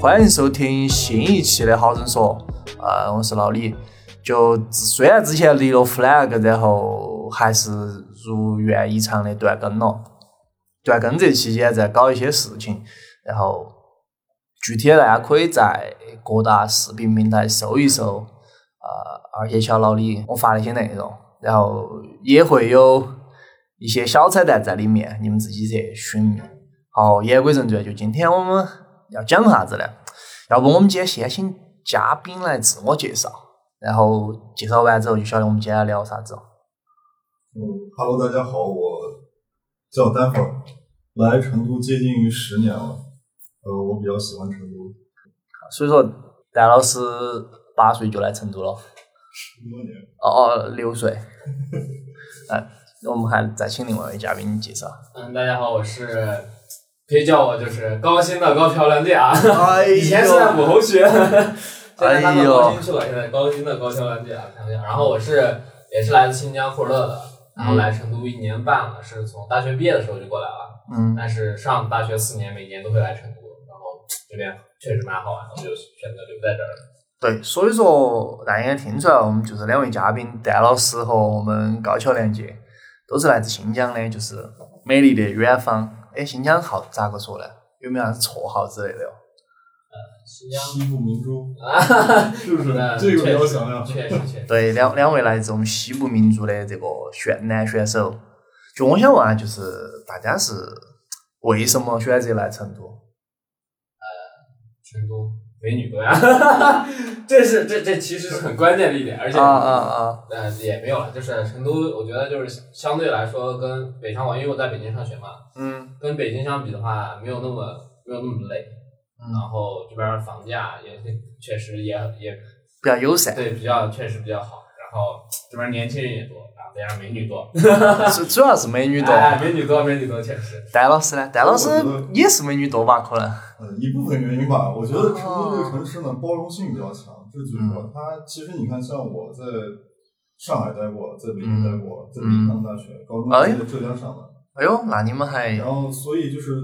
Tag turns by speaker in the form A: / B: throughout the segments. A: 欢迎收听新一期的《好生说》，呃，我是老李。就虽然之前立了 flag，然后还是如愿以偿的断更了。断更这期间在搞一些事情，然后具体大家可以在各大视频平台搜一搜，呃，而且小老李我发了一些内容，然后也会有一些小彩蛋在里面，你们自己去寻觅。好，言归正传，就今天我们要讲啥子呢？要不我们今天先请嘉宾来自我介绍，然后介绍完之后就晓得我们今天要聊啥子了。
B: 嗯，Hello，大家好，我叫丹佛尔，来成都接近十年了。呃，我比较喜欢成都，
A: 所以说，Dan 老师八岁就来成都了，
B: 十多年。
A: 哦哦，六岁。 啊，我们还再请另外一位嘉宾介绍。
C: 嗯，大家好，我是可以叫我就是高薪的高漂亮姐啊。
A: 哎
C: 以前是在母猴学， 现在他
A: 哎
C: 们
A: 呦
C: 高薪去了，现在高薪的高漂亮姐啊，漂亮。然后我是也是来自新疆库尔勒的，然后来成都一年半了，是从大学毕业的时候就过来了，
A: 嗯，
C: 但是上大学四年每年都会来成都，然后这边确实蛮好玩的，我就选择留在这儿了。
A: 对，所以说大家应该听出来，我们就是两位嘉宾，Dan 老师和我们高桥良介，都是来自新疆的，就是美丽的远方。哎，新疆号咋个说呢？有没有啥子绰号之类的哟？哦
C: 新疆
B: 西部明珠，
C: 啊，
B: 是不是
C: 那？
B: 这个比
C: 确
B: 较
C: 实
B: 响亮。
C: 确实确实，
A: 对，两两位来自我们西部民族的这个绚烂选手，就我想问啊，就是大家是为什么选择来成都？
C: 成都美女多呀， 这是这这其实是很关键的一点，而且
A: 啊啊啊！
C: 呃，也没有了，就是成都，我觉得就是相对来说跟北上广，因为我在北京上学嘛，
A: 嗯
C: 跟北京相比的话，没有那么没有那么累。然
A: 嗯，
C: 后这边儿房价也确实也也
A: 比较友善，
C: 对比较确实比较好，然后这边儿年轻人也多，然后再加上美女多，
A: 主主要是美女 多。
C: 哎，美女多，美女多，确实。
A: 戴老师呢？戴老师
B: 我觉得
A: 也是美女多吧？可能。
B: 呃，一部分原因吧。我觉得成都这个城市呢，包容性比较强，这就是说，它其实你看，像我在上海待过，在北京待过，在北京上大学，高中
A: 哎
B: 在浙江上的。
A: 哎呦，那你们还
B: 然后，所以就是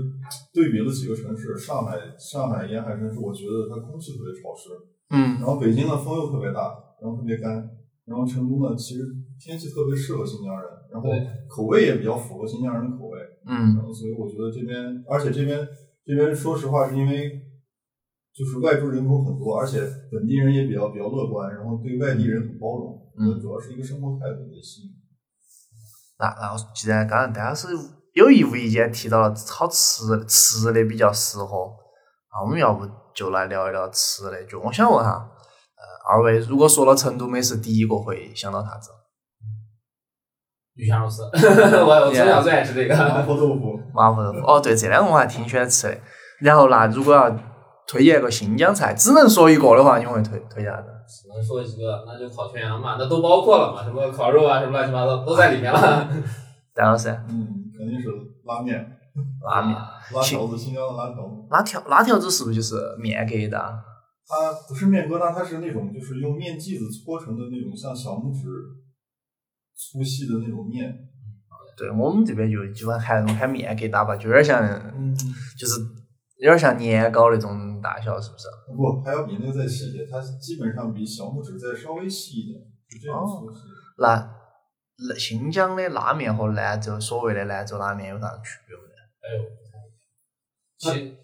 B: 对比了几个城市，上海、上海沿海城市，我觉得它空气特别潮湿，
A: 嗯
B: 然后北京呢风又特别大，然后特别干，然后成都呢其实天气特别适合新疆人，然后
C: 对
B: 口味也比较符合新疆人的口味，
A: 嗯
B: 然后所以我觉得这边，而且这边这边说实话是因为就是外州人口很多，而且本地人也比较比较乐观，然后对外地人很包容，
A: 嗯
B: 我觉得主要是一个生活态度的吸引。
A: 那那我既然刚刚戴老师有意无意间提到了好吃的吃的比较适合，那我们要不就来聊一聊吃的？就我想问哈，呃，二位如果说到成都美食，第一个会想到啥子？
C: 鱼香肉丝， 我我从小最爱吃这
A: 哦
B: 麻
C: 个。
B: 婆豆腐，
A: 麻婆豆腐。哦，对，这两个我还挺喜欢吃的。然后那如果要推荐一个新疆菜，只能说一个的话，你们会推推荐啥子？
C: 只能说一个，那就烤全羊嘛，那都包括了嘛，什么烤肉啊，什么乱七八糟都在里面了。 哎
A: 戴老师，
B: 嗯，肯定是拉面，
A: 拉面。
B: 拉条子，新疆的拉条子。
A: 拉条拉条子是不是就是面疙瘩？
B: 它不是面疙瘩，它是那种就是用面剂子搓成的那种像小拇指粗细的那种面。
A: 对我们这边就基本喊喊面疙瘩吧，就有点像，
B: 嗯，
A: 就是有点像年糕那种大小，是不是？
B: 不，还要比那个再细一点，它基本上比小拇指再稍微细一点，就这样粗细。
A: 那那新疆的拉面和兰州所谓的兰州拉面有啥区别不呢？
C: 哎呦，其实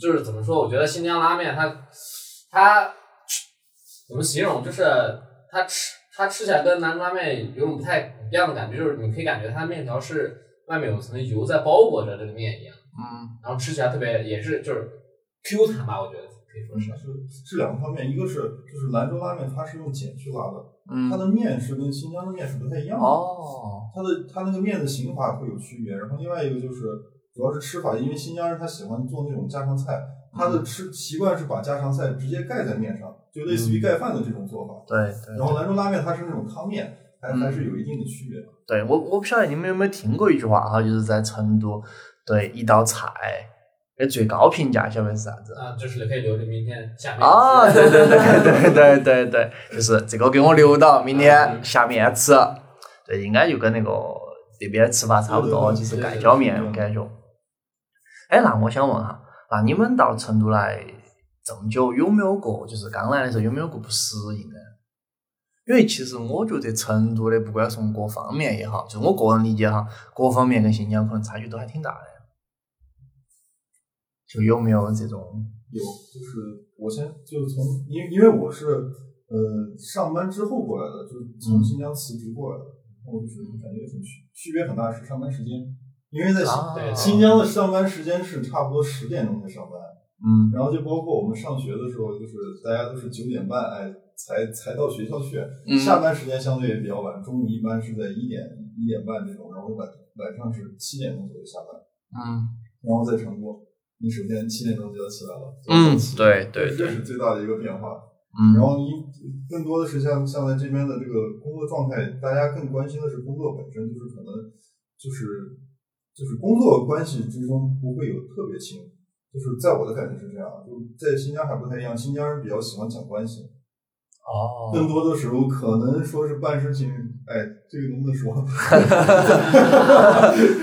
C: 就是怎么说？我觉得新疆拉面它它怎么形容？就是它吃它吃起来跟南方拉面有种不太一样的感觉，就是你可以感觉它面条是外面有层油在包裹着这个面一样，
A: 嗯，
C: 然后吃起来特别也是就是 Q 弹吧，我觉得可以说是。
B: 是是两个方面，一个是就是兰州拉面，它是用碱去拉的，它
A: 嗯，
B: 的面是跟新疆的面是不太一样的。
A: 哦，
B: 它的它那个面的形法会有区别，然后另外一个就是主要是吃法，因为新疆人他喜欢做那种家常菜，他的吃习惯是把家常菜直接盖在面上，就类似于盖饭的这种做法。
A: 对对
B: 然
A: 对
B: 后兰州拉面它是那种汤面，还
A: 嗯
B: 还是有一定的区别。
A: 对，我我不晓得你们有没有听过一句话哈，就是在成都对一道菜的最高评价，晓得是啥子？
C: 啊，就是你可以留着明天下面吃
A: 啊，对 对对对对对对，就是这个给我留到明天下面吃。对，应该就跟那个这边吃法差不多，
B: 对对对
A: 就是
C: 对
A: 盖
C: 对
A: 浇面
B: 嗯
A: 感觉。哎，那我想问哈，那你们到成都来这么久有没有过，就是刚来的时候有没有过不适应呢？因为其实我觉得成都的不管从各方面也好，就我个人理解哈，各方面跟新疆可能差距都还挺大的。就有没有这种？
B: 有，就是我先就是从，因为因为我是呃上班之后过来的，就是从新疆辞职过来的，我就是感觉很区区别很大是上班时间，因为在新
A: 啊
C: 对
B: 新疆的上班时间是差不多十点钟才上班，
A: 嗯
B: 然后就包括我们上学的时候，就是大家都是九点半哎才才到学校去，
A: 嗯
B: 下班时间相对也比较晚，中午一般是在一点一点半这种，然后晚晚上是七点钟左右下班，
A: 嗯
B: 然后在成都，你首先七点钟就要起来了，
A: 嗯，对对
B: 这
A: 对，
B: 是最大的一个变化。
A: 嗯
B: 然后你更多的是像像在这边的这个工作状态，大家更关心的是工作本身，就是可能就是就是工作关系之中不会有特别亲，就是在我的感觉是这样，就在新疆还不太一样，新疆人比较喜欢讲关系，更
A: 哦，
B: 多的时候可能说是办事情，哎，这个能不能说？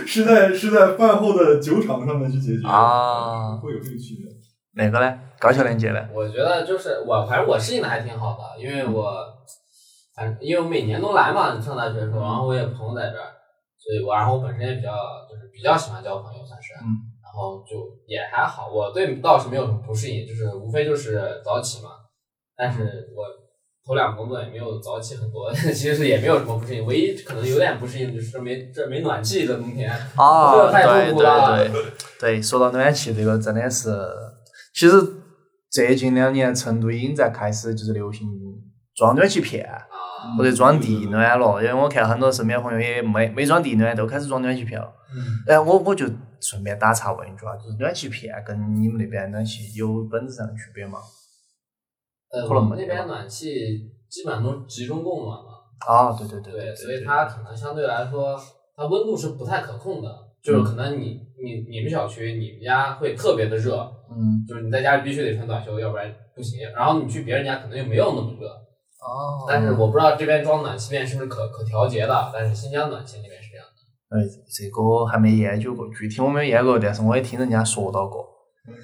B: 是在是在饭后的酒场上面去解决
A: 啊
B: 会有这个区别。
A: 哪个呢？高桥连接呢？
C: 我觉得就是我，反正我适应的还挺好的，因为我反正因为我每年都来嘛，上大学的时候，然后我也朋友在这儿，所以我然后我本身也比较就是比较喜欢交朋友，算是，
A: 嗯
C: 然后就也还好，我对倒是没有什么不适应，就是无非就是早起嘛，但是我头两工作也没有早起很多， 其实也没有什么不适应，唯一可能有点不适应就是这没这没暖气的冬天，
A: 啊，
C: 热太
A: 对
C: 痛苦了
A: 对对对，说到暖气这个真的是，其实最近两年成都已经在开始就是流行装暖气片
C: 啊，
A: 或者
B: 嗯
A: 装地暖了，因为我看很多身边朋友也没没装地暖，都开始装暖气片了。
C: 嗯，
A: 哎，我我就顺便打岔问一句啊，就是暖气片跟你们那边暖气有本质上的区别吗？
C: 呃，
A: 可冷
C: 我们
A: 了
C: 那边暖气基本上都集中供暖嘛。
A: 啊，对对对
C: 对，
A: 对，
C: 所以它可能相对来说，它温度是不太可控的，就是可能你你你们小区你们家会特别的热，
A: 嗯
C: 就是你在家里必须得穿短袖，要不然不行。然后你去别人家可能又没有那么热，
A: 哦，
C: 但是我不知道这边装暖气片是不是可可调节的，但是新疆暖气那边是这样的。
A: 哎，这个还没研究过，具体我没有研究过，但是我也听人家说到过。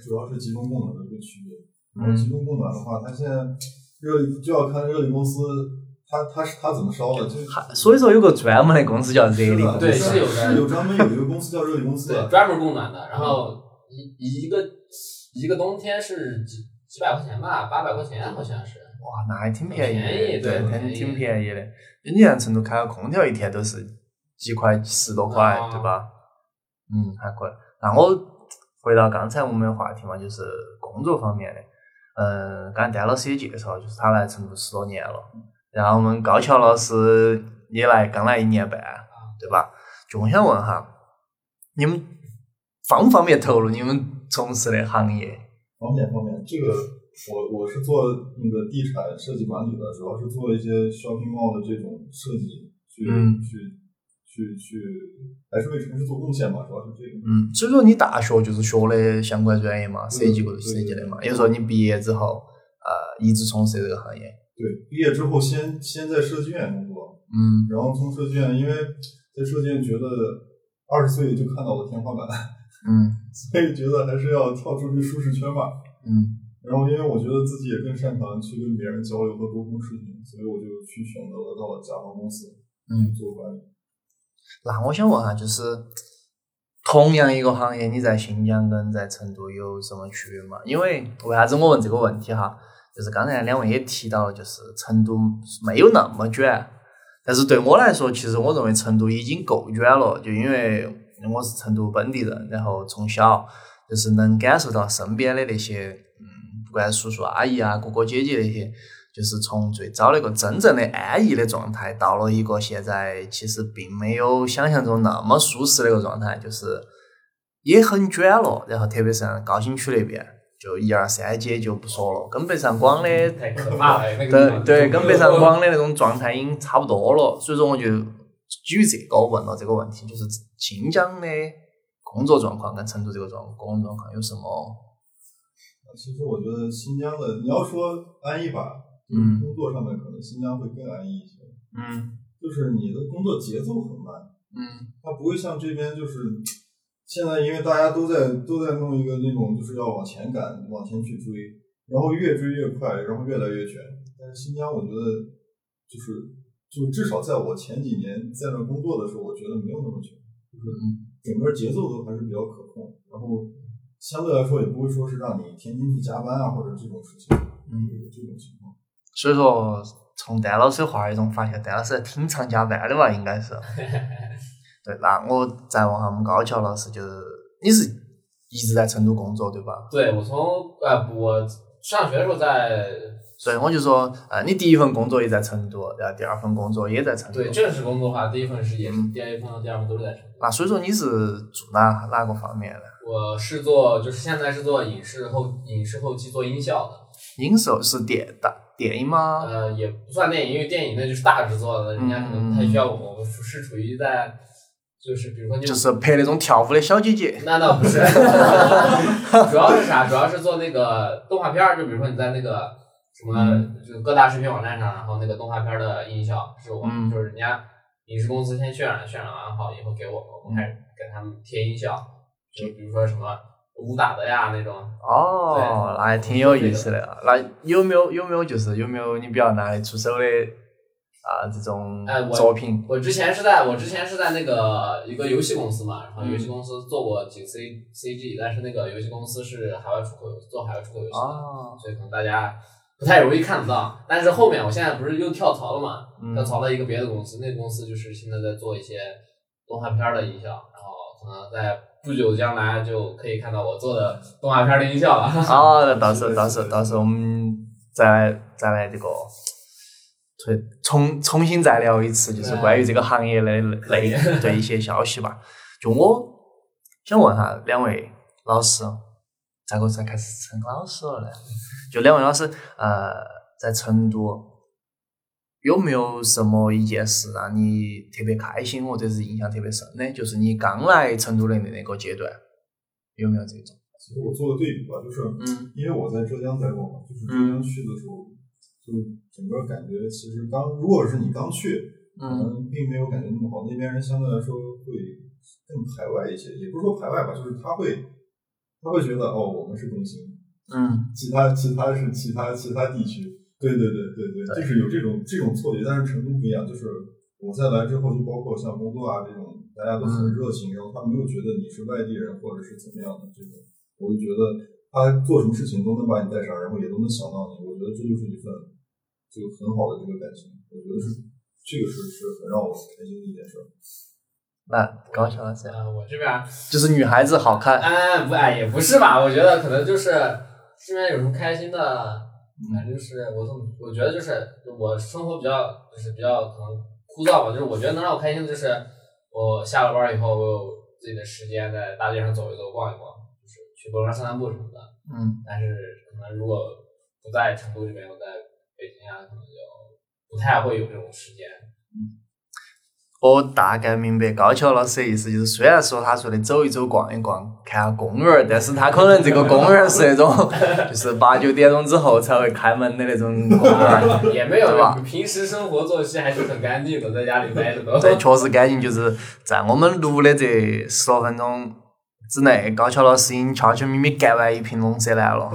B: 主要是集中供暖的一个区
A: 嗯
B: 别。然后集中供暖的话，它现在热力就要看热力公司，它它是它怎么烧了，就
A: 还所以说有个专门的公司叫热力公
C: 对
A: 司，
C: 是有的
B: 是有专门有一个公司叫热力公司
C: 对，
B: 的，
C: 专门供暖的。然后一一个一个冬天是几几百块钱吧，八百块钱好像是。
A: 哇，那还挺便宜的，
C: 便宜对
A: 对，
C: 便
A: 挺
C: 宜
A: 挺便宜的。你像成都开个空调，一天都是几块、十多块，
C: 哦
A: 对吧？嗯，还贵。那我回到刚才我们的话题嘛，就是工作方面的。嗯，刚才丹老师也介绍，就是他来成都十多年了，然后我们高桥老师也来，刚来一年半，对吧？就我想问哈，你们方不方便透露你们从事的行业？
B: 方便方便。这个我我是做那个地产设计管理的，主要是做一些 shopping mall 的这种设计，去、
A: 嗯
B: 去去去，还是为城市做贡献嘛，主要是这个。
A: 嗯，所以说你大学就是学的相关专业嘛，设计过
B: 嗯对
A: 设计的嘛，也就是说你毕业之后，呃，一直从事这个行业。
B: 对，毕业之后先先在设计院工作，
A: 嗯，
B: 然后从设计院，因为在设计院觉得二十岁就看到了天花板，
A: 嗯
B: 所以觉得还是要跳出去舒适圈吧。
A: 嗯
B: 然后因为我觉得自己也更擅长去跟别人交流和沟通事情，所以我就去选择了到了甲方公司去
A: 嗯。
B: 做管理。
A: 那我想问下，就是同样一个行业，你在新疆跟在成都有什么区别吗？因为为啥子我问这个问题哈？就是刚才两位也提到了，就是成都没有那么卷，但是对我来说，其实我认为成都已经够卷了，就因为我是成都本地人，然后从小就是能感受到身边的那些，嗯，不管叔叔阿姨啊、哥哥姐姐那些，就是从最早那个真正的安逸的状态，到了一个现在其实并没有想象中那么舒适的一个状态，就是也很卷了。然后特别是像高新区那边，就一二三街就不说了，跟北上广的
C: 太可怕了，嗯那个地
A: 对
C: 方
A: 对，跟北上广的那种状态已经差不多了，所以说我就基于这个我问了这个问题，就是新疆的工作状况跟成都这个状工作状况有什么？
B: 啊其实我觉得新疆的，你要说安逸吧，
A: 嗯
B: 工作上面可能新疆会更安逸一些，
A: 嗯
B: 就是你的工作节奏很慢，
A: 嗯
B: 它不会像这边就是现在，因为大家都在都在弄一个那种就是要往前赶、往前去追，然后越追越快，然后越来越卷。但是新疆，我觉得就是就是至少在我前几年在那工作的时候，我觉得没有那么卷，就是整个节奏都还是比较可控，然后相对来说也不会说是让你天天去加班啊或者这种事情，
A: 嗯
B: 有这种情况。
A: 所以说，从丹老师话语中发现，丹老师挺常加班的吧？应 该是。对，那我再问下我们高桥老师，就是你是一直在成都工作对吧？
C: 对我从呃我上学的时候在
A: 所以我就说，呃，你第一份工作也在成都，然后第二份工作也在成都。
C: 对正式工作的话，第一份是也是第一份和第二份都是在成都。
A: 那所以说你是做哪哪个方面的？
C: 我是做就是现在是做影视后影视后期做音效的，
A: 影视是电大电影吗？
C: 呃，也不算电影，因为电影那就是大制作的，人家可能不太需要我们，我们是处于在就是比如说你
A: 就是拍那种跳舞的小姐姐。
C: 那倒 不是，主要是啥？主要是做那个动画片儿，就比如说你在那个什
A: 嗯
C: 么，就各大视频网站上，然后那个动画片儿的音效是我们、
A: 嗯
C: 就是人家影视公司先渲染，渲染完好以后给我们，我们
A: 嗯
C: 开始给他们贴音效，就比如说什么武打的呀那种。
A: 哦
C: 对，
A: 那还挺有意思的。那有没有有没有就是有没有你比较拿得出手的啊这种
C: 哎我
A: 作品？
C: 我之前是在我之前是在那个一个游戏公司嘛，然后游
A: 嗯
C: 戏公司做过几个 C C G，但是那个游戏公司是海外出口做海外出口游戏的。
A: 哦，
C: 所以可能大家不太容易看得到。但是后面我现在不是又跳槽了嘛，
A: 嗯
C: 跳，槽到一个别的公司，那个公司就是现在在做一些动画片儿的音效，然后可能在不久将来就可以看到我做的动画片儿的音效了。
A: 哦，那到时候到时候到时候我们再来再来这个。推重重新再聊一次，就是关于这个行业的类对一些消息吧。就我想问下两位老师，咋个才开始成老师了呢？就两位老师，呃，在成都有没有什么一件事让你特别开心或者是印象特别深的？就是你刚来成都的那个阶段，有没有这种？
B: 其实我做个对比吧，就是
A: 嗯
B: 因为我在浙江待过嘛，就是浙江去的时候，就整个感觉其实刚，如果是你刚去，可
A: 嗯
B: 能并没有感觉那么好。那边人相对来说会更排外一些，也不是说排外吧，就是他会他会觉得哦，我们是中心，
A: 嗯
B: 其他其他是其他其他地区，对对对对对，
A: 对
B: 就是有这种这种错觉，但是成都不一样，就是我在来之后，就包括像工作啊这种，大家都很热情，然后他没有觉得你是外地人或者是怎么样的这种，我就觉得他做什么事情都能把你带上，然后也都能想到你，我觉得这就是一份就很好的这个感情，我觉得是这个是是很让我开心的一件事儿。
A: 那高晓老师，
C: 呃，我这边儿，
A: 就是女孩子好看，
C: 哎、不，哎，也不是吧，我觉得可能就是这边有什么开心的，反正就是我从我觉得就是我生活比较就是比较可能枯燥吧，就是我觉得能让我开心的就是我下了班以后，我有自己的时间在大街上走一走、逛一逛，就是去公园散散步什么的。
A: 嗯
C: 但是可能如果不在成都这边，我在北京啊，可能就不太会有这种 时间。
A: 我大概明白高桥老师的意思，就是虽然说他说的走一走、逛一逛、看下公园儿，但是他可能这个公园儿是那种 就是八九点钟之后才会开门的那种公园儿。
C: 也没有
A: 对吧，
C: 平时生活作息还是很干净的，在家里待着 都。
A: 对，确实干净，就是在我们录的这十多分钟之内，高桥老师已经悄悄咪咪干完一瓶龙舌兰了。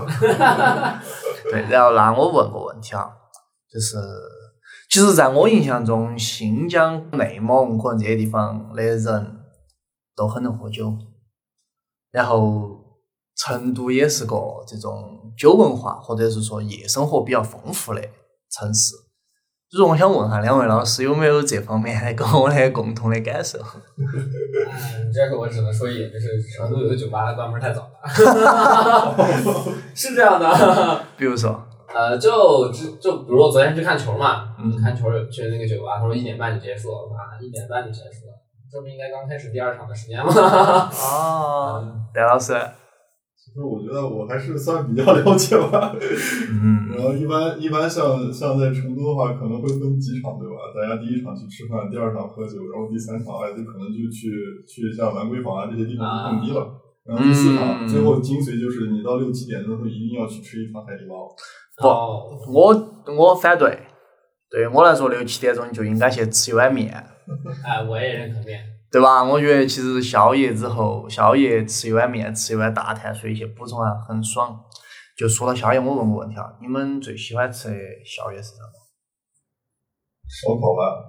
A: 对，然后那我问个问题啊，就是其实，在我印象中，新疆、内蒙可能这些地方的人都很能喝酒，然后成都也是个这种酒文化或者是说夜生活比较丰富的城市。就是我想问下两位老师有没有这方面的跟 我的共同的感受？
C: 嗯，这个我只能说一点，就是成都有的酒吧关门太早了， 是这样的。
A: 比如说，
C: 呃，就就就比如我昨天去看球嘛，
A: 嗯
C: 看球有去那个酒吧，他说一点半就结束了，妈一点半就结束了，这不应该刚开始第二场的时间吗？
A: 哦，梁老师，
B: 其实我觉得我还是算比较了解吧。
A: 嗯
B: 然后一般一般像像在成都的话，可能会分几场对吧？大家第一场去吃饭，第二场喝酒，然后第三场哎，就可能就去去像兰桂坊啊这些地方去蹦迪了。然后第四场，
A: 嗯
B: 最后精髓就是你到六七点钟的时候一定要去吃一趟海底捞。
A: 不
C: 哦，
A: 我我反对，对于我来说，六七点钟就应该去吃一碗面，
C: 哎，我也认可面，
A: 对吧？我觉得其实宵夜之后，宵夜吃一碗面，吃一碗大碳水去补充啊，很爽。就说到宵夜，我问个问题啊，你们最喜欢吃的宵夜是啥？
B: 烧烤吧，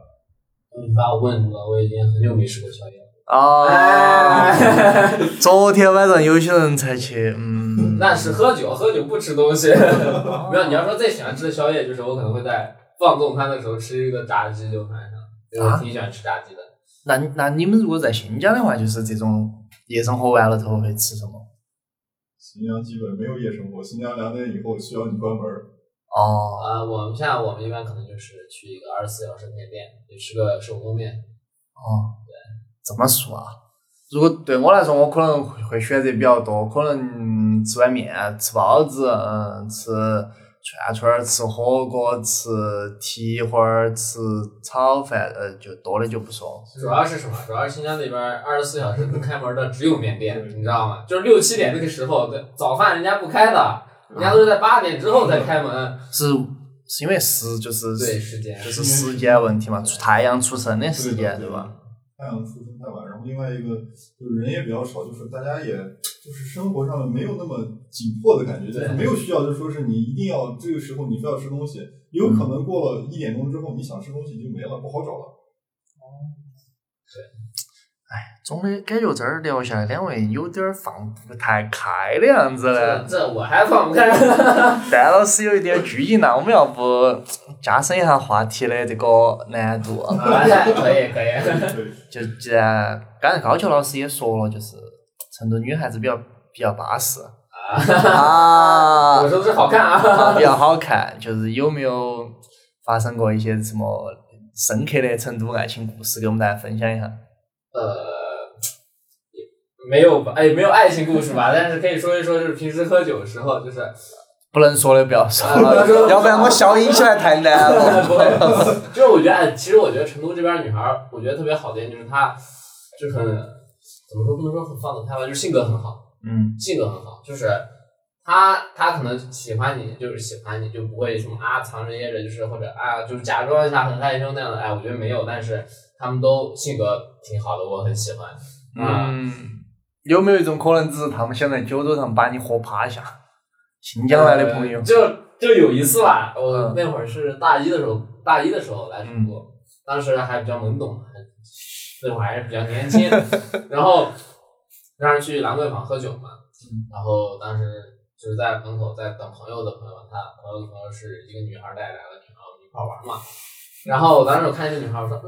C: 你把我问住了，我已经很久没吃过宵夜了。
A: 啊
C: 哎，
A: 昨天晚上有些人才去， 嗯，
C: 那是喝酒，喝酒不吃东西。 没有，你要说最喜欢吃的宵夜，就是我可能会在放纵餐的时候吃一个炸鸡就晚上，因为
A: 啊
C: 我挺喜欢吃炸鸡的。
A: 那那你们如果在新疆的话，就是这种夜生活完了之后会吃什么？
B: 新疆基本没有夜生活，新疆两点以后需要你关门儿。
A: 哦，
C: 啊，我们像我们一般可能就是去一个二十四小时面店，就吃个手工面。
A: 哦，这么说啊？如果对我来说，我可能会会选择比较多，可能吃碗面、啊吃包子，嗯，吃串串儿、吃火锅、吃蹄花儿、吃炒饭，呃，就多的就不说。
C: 主要是什么？主要是新疆那边二十四小时能开门的只有面店，你知道吗？就是六七点那个时候，对早饭人家不开的，人家都是在八点之后才开门。
A: 是是因为时就是
C: 对，时间
A: 就是时间问题嘛，出太阳出生的时间对吧？？
B: 太阳出生太晚，然后另外一个就是人也比较少，就是大家也就是生活上没有那么紧迫的感觉，就是
C: 对
B: 没有需要，就说是你一定要这个时候你非要吃东西，有可能过了一点钟之后你想吃东西就没了，不好找了。
A: 总的感觉这儿聊下来，两位有点儿放不太开的样子
C: 这
A: 嘞。
C: 这我还放不开。
A: 但老师有一点拘谨了，我们要不加深一下话题的这个难度？
C: 啊，可以可以。
B: 对，
A: 就既然刚才高桥老师也说了，就是成都女孩子比较比较巴适啊
C: 我说的是好看啊。
A: 啊，比较好看，就是有没有发生过一些什么深刻的成都爱情故事，给我们大家分享一下？
C: 呃，没有吧？哎，没有爱情故事吧？但是可以说一说，就是平时喝酒的时候，就是
A: 不能说的不要说
C: 啊不能
A: 了，
C: 说
A: 要不然我消音起来太难 了。
C: 不会，就是我觉得，哎，其实我觉得成都这边女孩儿，我觉得特别好的一点就是她，就是很怎么说，不能说很放得开吧，就是性格很好，
A: 嗯
C: 性格很好，就是她她可能喜欢你，就是喜欢你，就不会什么啊藏着掖着，就是或者啊就是假装一下很害羞那样的，哎，我觉得没有，但是她们都性格挺好的，我很喜欢。啊、
A: 嗯，有没有一种可能，只是他们想在酒桌上把你喝趴下？新疆来的朋友嗯
C: 呃，就就有一次吧，我那会儿是大一的时候，大一的时候来成都，当时还比较懵懂，还那会儿还是比较 年轻，然后当时去兰桂坊喝酒嘛，
A: 嗯
C: 然后当时就是在门口在等朋友的朋友，他朋友的朋友是一个女孩带来的女孩，我们一块儿玩
A: 嗯
C: 嘛。然后我当时我看这女孩，我说嗯，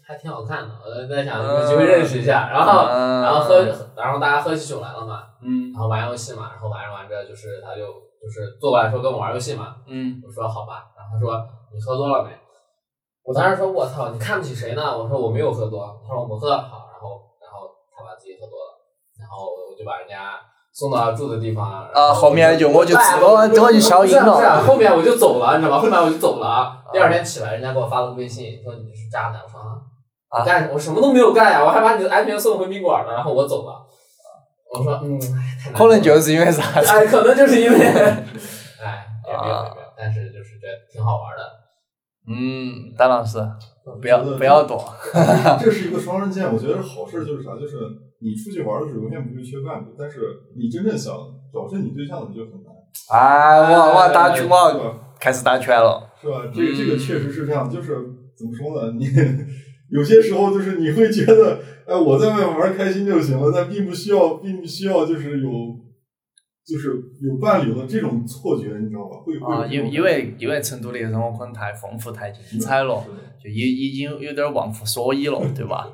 C: 还挺好看的，我在想有没有机会认识一下。然后，
A: 嗯
C: 然后喝，然后大家喝起酒来了嘛，
A: 嗯
C: 然后玩游戏嘛，然后玩着玩着就是他就就是坐过来说跟我玩游戏嘛，
A: 嗯
C: 我说好吧，然后他说你喝多了没？我当时说我操，你看不起谁呢？我说我没有喝多，他说我没喝好，然后然后他把自己喝多了，然后我就把人家送到住的地方然
A: 啊，后面就我就
C: 哎
A: 自我我就消音
C: 不是啊不是啊
A: 了。嗯
C: 后面我就走了，你知道吗？后面我就走了啊。第二天起来，人家给我发了个微信，说你是渣男。我说啊，
A: 啊
C: 我干我什么都没有干呀、我还把你安全送回宾馆了，然后我走了。我说嗯，哎太难
A: 可
C: 过了
A: 能就是因为啥子？
C: 哎，可能就是因为，哎，也没有也没有，但是就是觉得挺好玩的。
A: 嗯，丹老师，不要
C: 嗯
A: 不要躲。
B: 这是一个双刃剑，我觉得好事就是啥，就是你出去玩的时候永远不会缺伴侣，但是你真正想找是你对象的就很难，
A: 哎，我要我要打
C: 哎
A: 拳，
C: 哎
A: 我
B: 是
A: 要
B: 吧？
A: 开始打拳了。
B: 是吧？这个这个确实是这样，就是怎么说呢？你有些时候就是你会觉得，哎，我在外面玩开心就行了，但并不需要，并不需要就是有，就是有伴侣的这种错觉，你知道吧？会会
A: 啊，
C: 嗯
B: 有这种
A: 因因为因为成都的生活可能太丰富太精彩了，
B: 是的
A: 就已已经有点忘乎所 以了，对吧？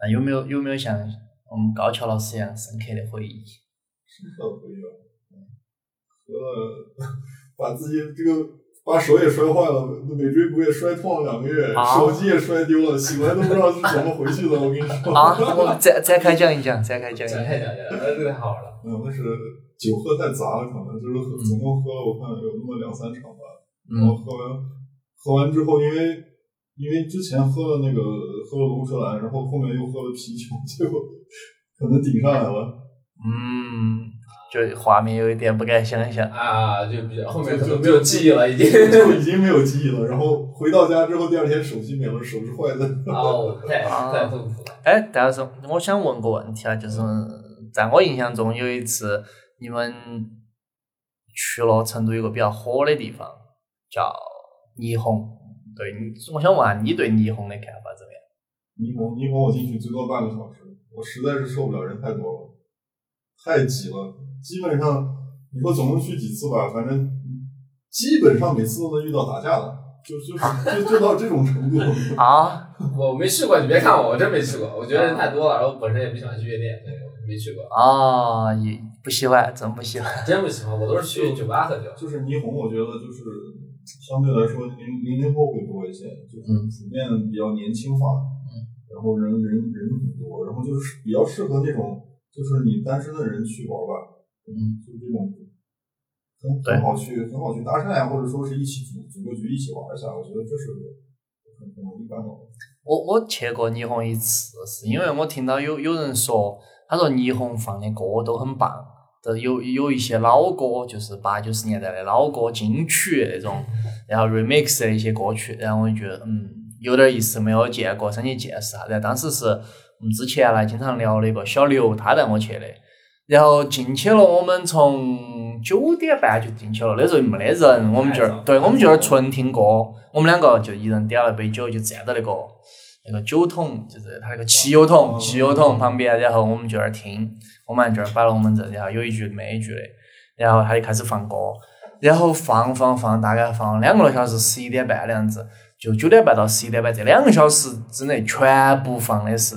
A: 那有没有有没有像我们高桥老师一样深刻的回忆？
B: 特回忆了，呃，嗯 把自己这个把手也摔坏了，尾椎骨也摔痛了两个月，
A: 啊
B: 手机也摔丢了，醒来都不知道是怎么回去的。我跟你说，
A: 啊，我展展开讲一讲，展开讲一
C: 讲
A: 讲。
C: 开讲讲，这个太好玩了。
B: 没有，哎但是酒喝太杂了，可能就是喝总共喝了，我看有那么两三场吧。然后
A: 嗯
B: 喝完喝完之后，因为因为之前喝了那个喝了龙舌兰，然后后面又喝了啤酒， 结果可能顶上来了，
A: 嗯，就画面有一点不敢想象。
C: 啊，就比较后面可能没有记忆了，已经。
B: 就已经没有记忆了。然后回到家之后，第二天手机没了，手是坏的。
C: 哦，太太痛苦了。
A: 哎，但是我想问个问题啊，就是在我印象中有一次你们去了成都有个比较火的地方叫霓虹。对，你我想问下你对霓虹的看法怎么样？
B: 霓虹，霓虹我进去最多半个小时，我实在是受不了，人太多了，太挤了。基本上你说总共去几次吧，反正基本上每次都能遇到打架的，就就是就就到这种程度。
A: 啊
C: 我没去过，你别看我，我真没去过。我觉得人太多了，然后我本身也不喜欢去夜店，所以我没去过。
A: 啊，也不喜欢，真不喜欢。
C: 真不喜欢，我都是去酒吧喝酒。
B: 就是霓虹，我觉得就是相对来说零零零后会多一些，就
A: 嗯
B: 是普遍比较年轻化，然后人人人很多，然后就是比较适合那种就是你单身的人去玩吧，
A: 嗯，
B: 就这种很
A: 对
B: 很好去很好去搭讪呀、或者说是一起组组个局一起玩一下，我觉得这是个很很容易办到的。
A: 我我去过霓虹一次，是因为
C: 嗯
A: 我听到有有人说，他说霓虹放的歌都很棒，这有有一些老歌，就是八九十年代的老歌金曲那种，
C: 嗯
A: 然后 remix 的一些歌曲，然后我就觉得嗯有点意思，没有见过，深去见识下。然后当时是我们之前啊来经常聊的一个小刘，他带我去的，然后进去了，我们从九点半就进去了，那时候没得人，我们就
C: 太早了
A: 对我们就是纯听歌，我们两个就一人点了杯酒，就站到那个那个酒桶，就是它那个汽油桶，
B: 哦
A: 汽油桶旁边，然后我们就在那儿听，我们还就在那儿摆龙门阵，然后有一句没一句的，然后他就开始放歌，然后放放放，大概放了两个多小时，十一点半的样子，就九点半到十一点半这两个小时之内全部放的是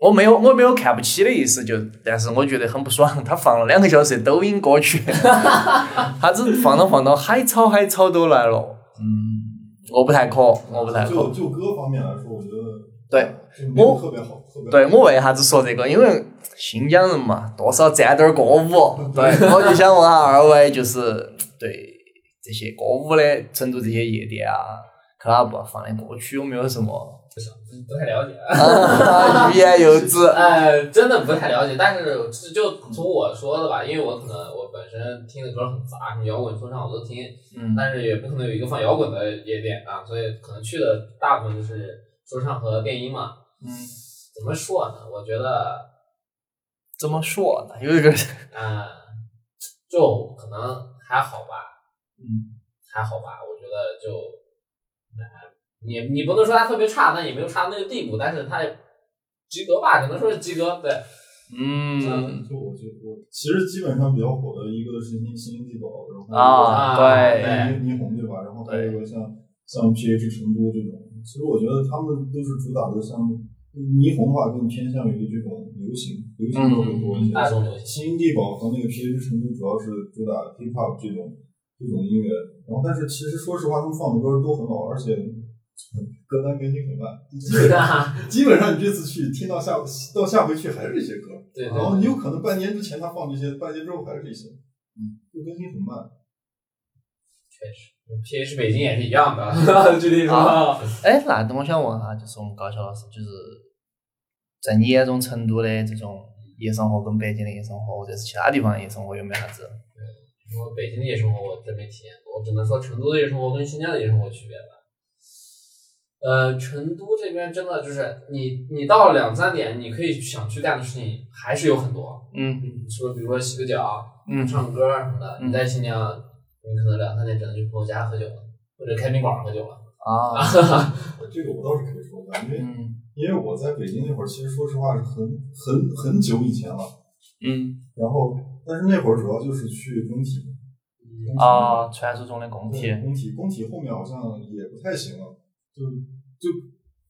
A: 我没有，我没有看不起的意思，就但是我觉得很不爽。他放了两个小时的抖音歌曲，他只放到放到海草海草都来了。嗯，我不太可，我不太可
B: 就。就歌方面来说，我觉得
A: 对，
B: 就没有特别好，特别好
A: 对我为啥子说这个？因为新疆人嘛，多少沾点儿歌舞。对，我就想问下二位，就是对这些歌舞的成都这些夜店啊、club 放的歌曲有没有什么
C: 不太了解。
A: 啊欲言又止？
C: 呃，真的不太了解，但是就就从我说的吧，因为我可能我本身听的歌很杂，什么摇滚、说唱我都听，
A: 嗯
C: 但是也不可能有一个放摇滚的夜店啊，所以可能去的大部分就是说唱和电音嘛。
A: 嗯，
C: 怎么说呢？我觉得，
A: 怎么说呢？有一个
C: 嗯、就可能还好吧，
A: 嗯
C: 还好吧。我觉得就，呃你你不能说它特别差，但也没有差到那个地步，但是它也及格吧，只能说是及格。对，
A: 嗯。
B: 就我就我其实基本上比较火的一个是新新英地堡，然后
A: 啊，
C: 啊
A: 对，
B: 霓霓虹对吧？然后还有一个像像 PH 成都这种，其实我觉得他们都是主打的像霓虹吧，更偏向于这种流行，流行的会多一
A: 嗯
B: 些。
C: 大众流 行。
B: 新英地堡和那个 PH 成都主要是主打 hip hop 这种这种音乐，然后但是其实说实话，他们放的歌都很好，而且歌单更新很慢，基本上 基本上你这次去听到下到下回去还是这些歌，
C: 对对
B: 然哦后你有可能半年之前他放这些，半年之后还是这些，嗯，就更新很慢。
C: 确实，PH 北京也是一
B: 哦
C: 样的，啊具体说，
A: 哎，那我想问下，就是我们高校老师，就是在你眼中成都的这种夜生活跟北京的夜生活，或者是其他地方的夜生活有没有啥子？
C: 我北京的夜生活我真没体验过，我只能说成都的夜生活跟新疆的夜生活区别吧。呃，成都这边真的就是你，你到两三点，你可以想去干的事情还是有很多，
A: 嗯
C: 嗯，是不是？比如说洗个脚、
A: 嗯
C: 唱歌什么的。
A: 嗯
C: 你在新疆，你可能两三点只能去朋友家喝酒了，或者开宾馆喝酒了。
A: 啊
B: 这个我倒是可以说一下，因为
A: 嗯
B: 因为我在北京那会儿，其实说实话是很很很久以前了。
A: 嗯
B: 然后，但是那会儿主要就是去工体，工体
A: 啊，传说中的工体
B: 对，工体工体后面好像也不太行了，就就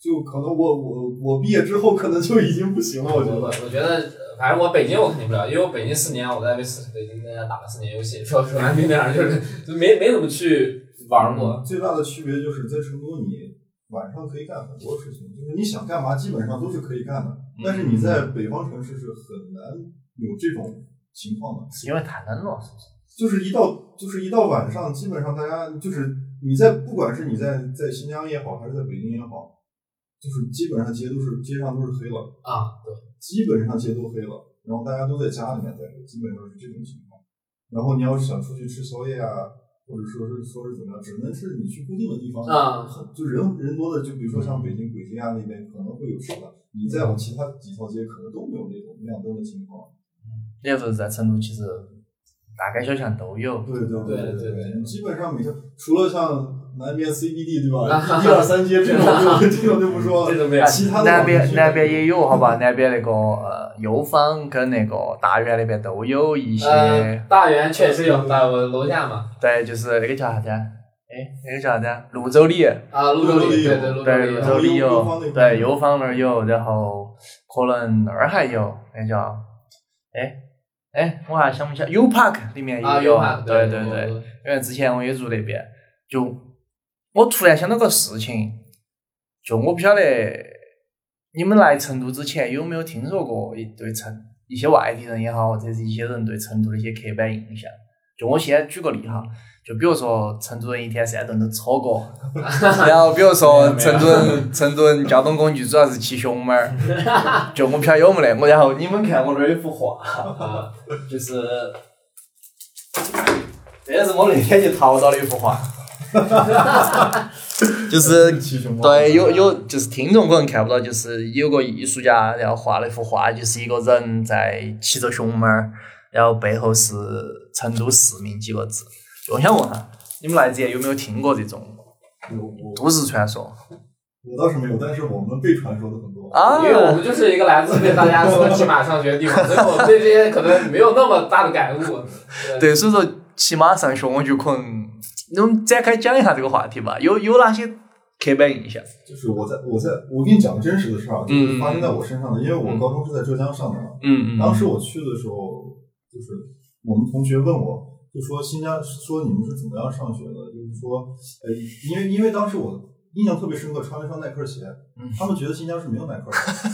B: 就可能我我我毕业之后可能就已经不行了，我觉
C: 我
B: 得。
C: 我觉得，呃反正我北京我肯定不了，因为我北京四年，我在北四北京在家打了四年游戏，说说难听点儿就是就没没怎么去玩
A: 嗯
C: 过。
B: 最大的区别就是在成都，你晚上可以干很多事情，就是你想干嘛基本上都是可以干的。但是你在北方城市是很难有这种情况的。
A: 是因为太冷了，是不是？
B: 就是一到就是一到晚上，基本上大家就是你在不管是你在在新疆也好，还是在北京也好，就是基本上街都是街上都是黑了，
C: 啊，对，
B: 基本上街都黑了，然后大家都在家里面待着，基本上是这种情况。然后你要是想出去吃宵夜啊，或者说是说是怎么样，只能是你去固定的地方，
C: 啊
B: 很就人人多的，就比如说像北京簋街啊那边可能会有吃的，你再往其他几条街可能都没有那种亮灯的情况。
A: 也就是在成都，其实大街小巷都有。
B: 对对
C: 对对
B: 对
C: 对
B: 基本上每个除了像南边 CBD 对吧？
C: 啊
B: 一二三街这种就这种就不说
C: 这
B: 了，
C: 都没有。
B: 其他的
A: 南
B: 老城
A: 边
B: 区
A: 南边也有，好吧？南边那个呃右方跟那个大院那边都有一些，
C: 呃，大原确实有，大我楼下嘛，
A: 对，就是那个叫啥子啊？哎，那个叫啥子啊？泸州里，
C: 啊，泸州里，对对，泸州
A: 对，
C: 里
A: 泸
C: 有。
A: 州里
B: 右右方那
A: 有，
B: 边
A: 对，右方那儿有，然后可能那儿还有，那叫，哎哎，我还想不起来，U Park 里面
C: 啊，
A: 也
C: 有
A: 有，
C: 啊，
A: 对
C: 对
A: 对对。
C: 对，
A: 因为之前我也住那边，就我突然想到个事情，就我不晓得你们来成都之前有没有听说过一对成一些外地人也好，或者是一些人对成都的一些刻板印象。就我先举个例哈，就比如说成都人一天三顿都吃火锅， 然后比如说成都人成都人交通工具主要是骑熊猫儿，就我不晓得有没得我，然后你们看我这儿有幅画，
C: 啊，
A: 就是，这也是我那天去淘到的一幅 画，就是
B: 骑熊猫
A: 对有有就是听众可能看不到，就是有个艺术家然后画了一幅画，就是一个人在骑着熊猫儿，然后背后是“成都市民”几个字。就我想问下，你们来之前有没有听过这种
B: 我我
A: 都市传说
B: 我倒是没有，但是我们被传说的很多。
A: 啊
C: 因为我们就是一个来自被大家说骑马上学的地方，所以我们对这些可能没有那么大的 感悟。
A: 对，所以说骑马上学，我就可能你们展开讲一下这个话题吧，有有哪些刻板印象？
B: 就是我在我在我给你讲个真实的事儿啊，就
A: 嗯
B: 是发生在我身上的，因为我高中是在浙江上的嘛。
A: 嗯嗯
B: 当时我去的时候，就是我们同学问我，就说新疆说你们是怎么样上学的？就是说，呃，因为因为当时我印象特别深刻，穿了一双耐克鞋，
A: 嗯
B: 他们觉得新疆是没有耐克的，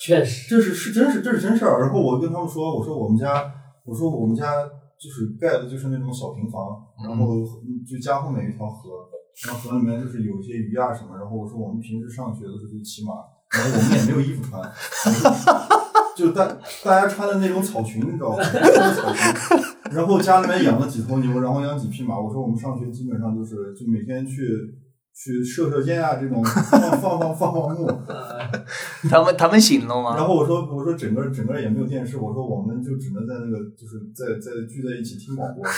C: 确实，
B: 这是是真是这是真事儿。然后我跟他们说，我说我们家，我说我们家就是盖的就是那种小平房，然后嗯就家后面有一条河，然后河里面就是有一些鱼啊什么。然后我说我们平时上学的时候就骑马，然后我们也没有衣服穿， 就大大家穿的那种草裙，你知道吗？草裙。然后家里面养了几头牛，然后养几匹马。我说我们上学基本上就是就每天去去射射箭啊这种放放放放放牧。
A: 他们他们信了吗？
B: 然后我说我说整个整个也没有电视，我说我们就只能在那个就是在在聚在一起听广播。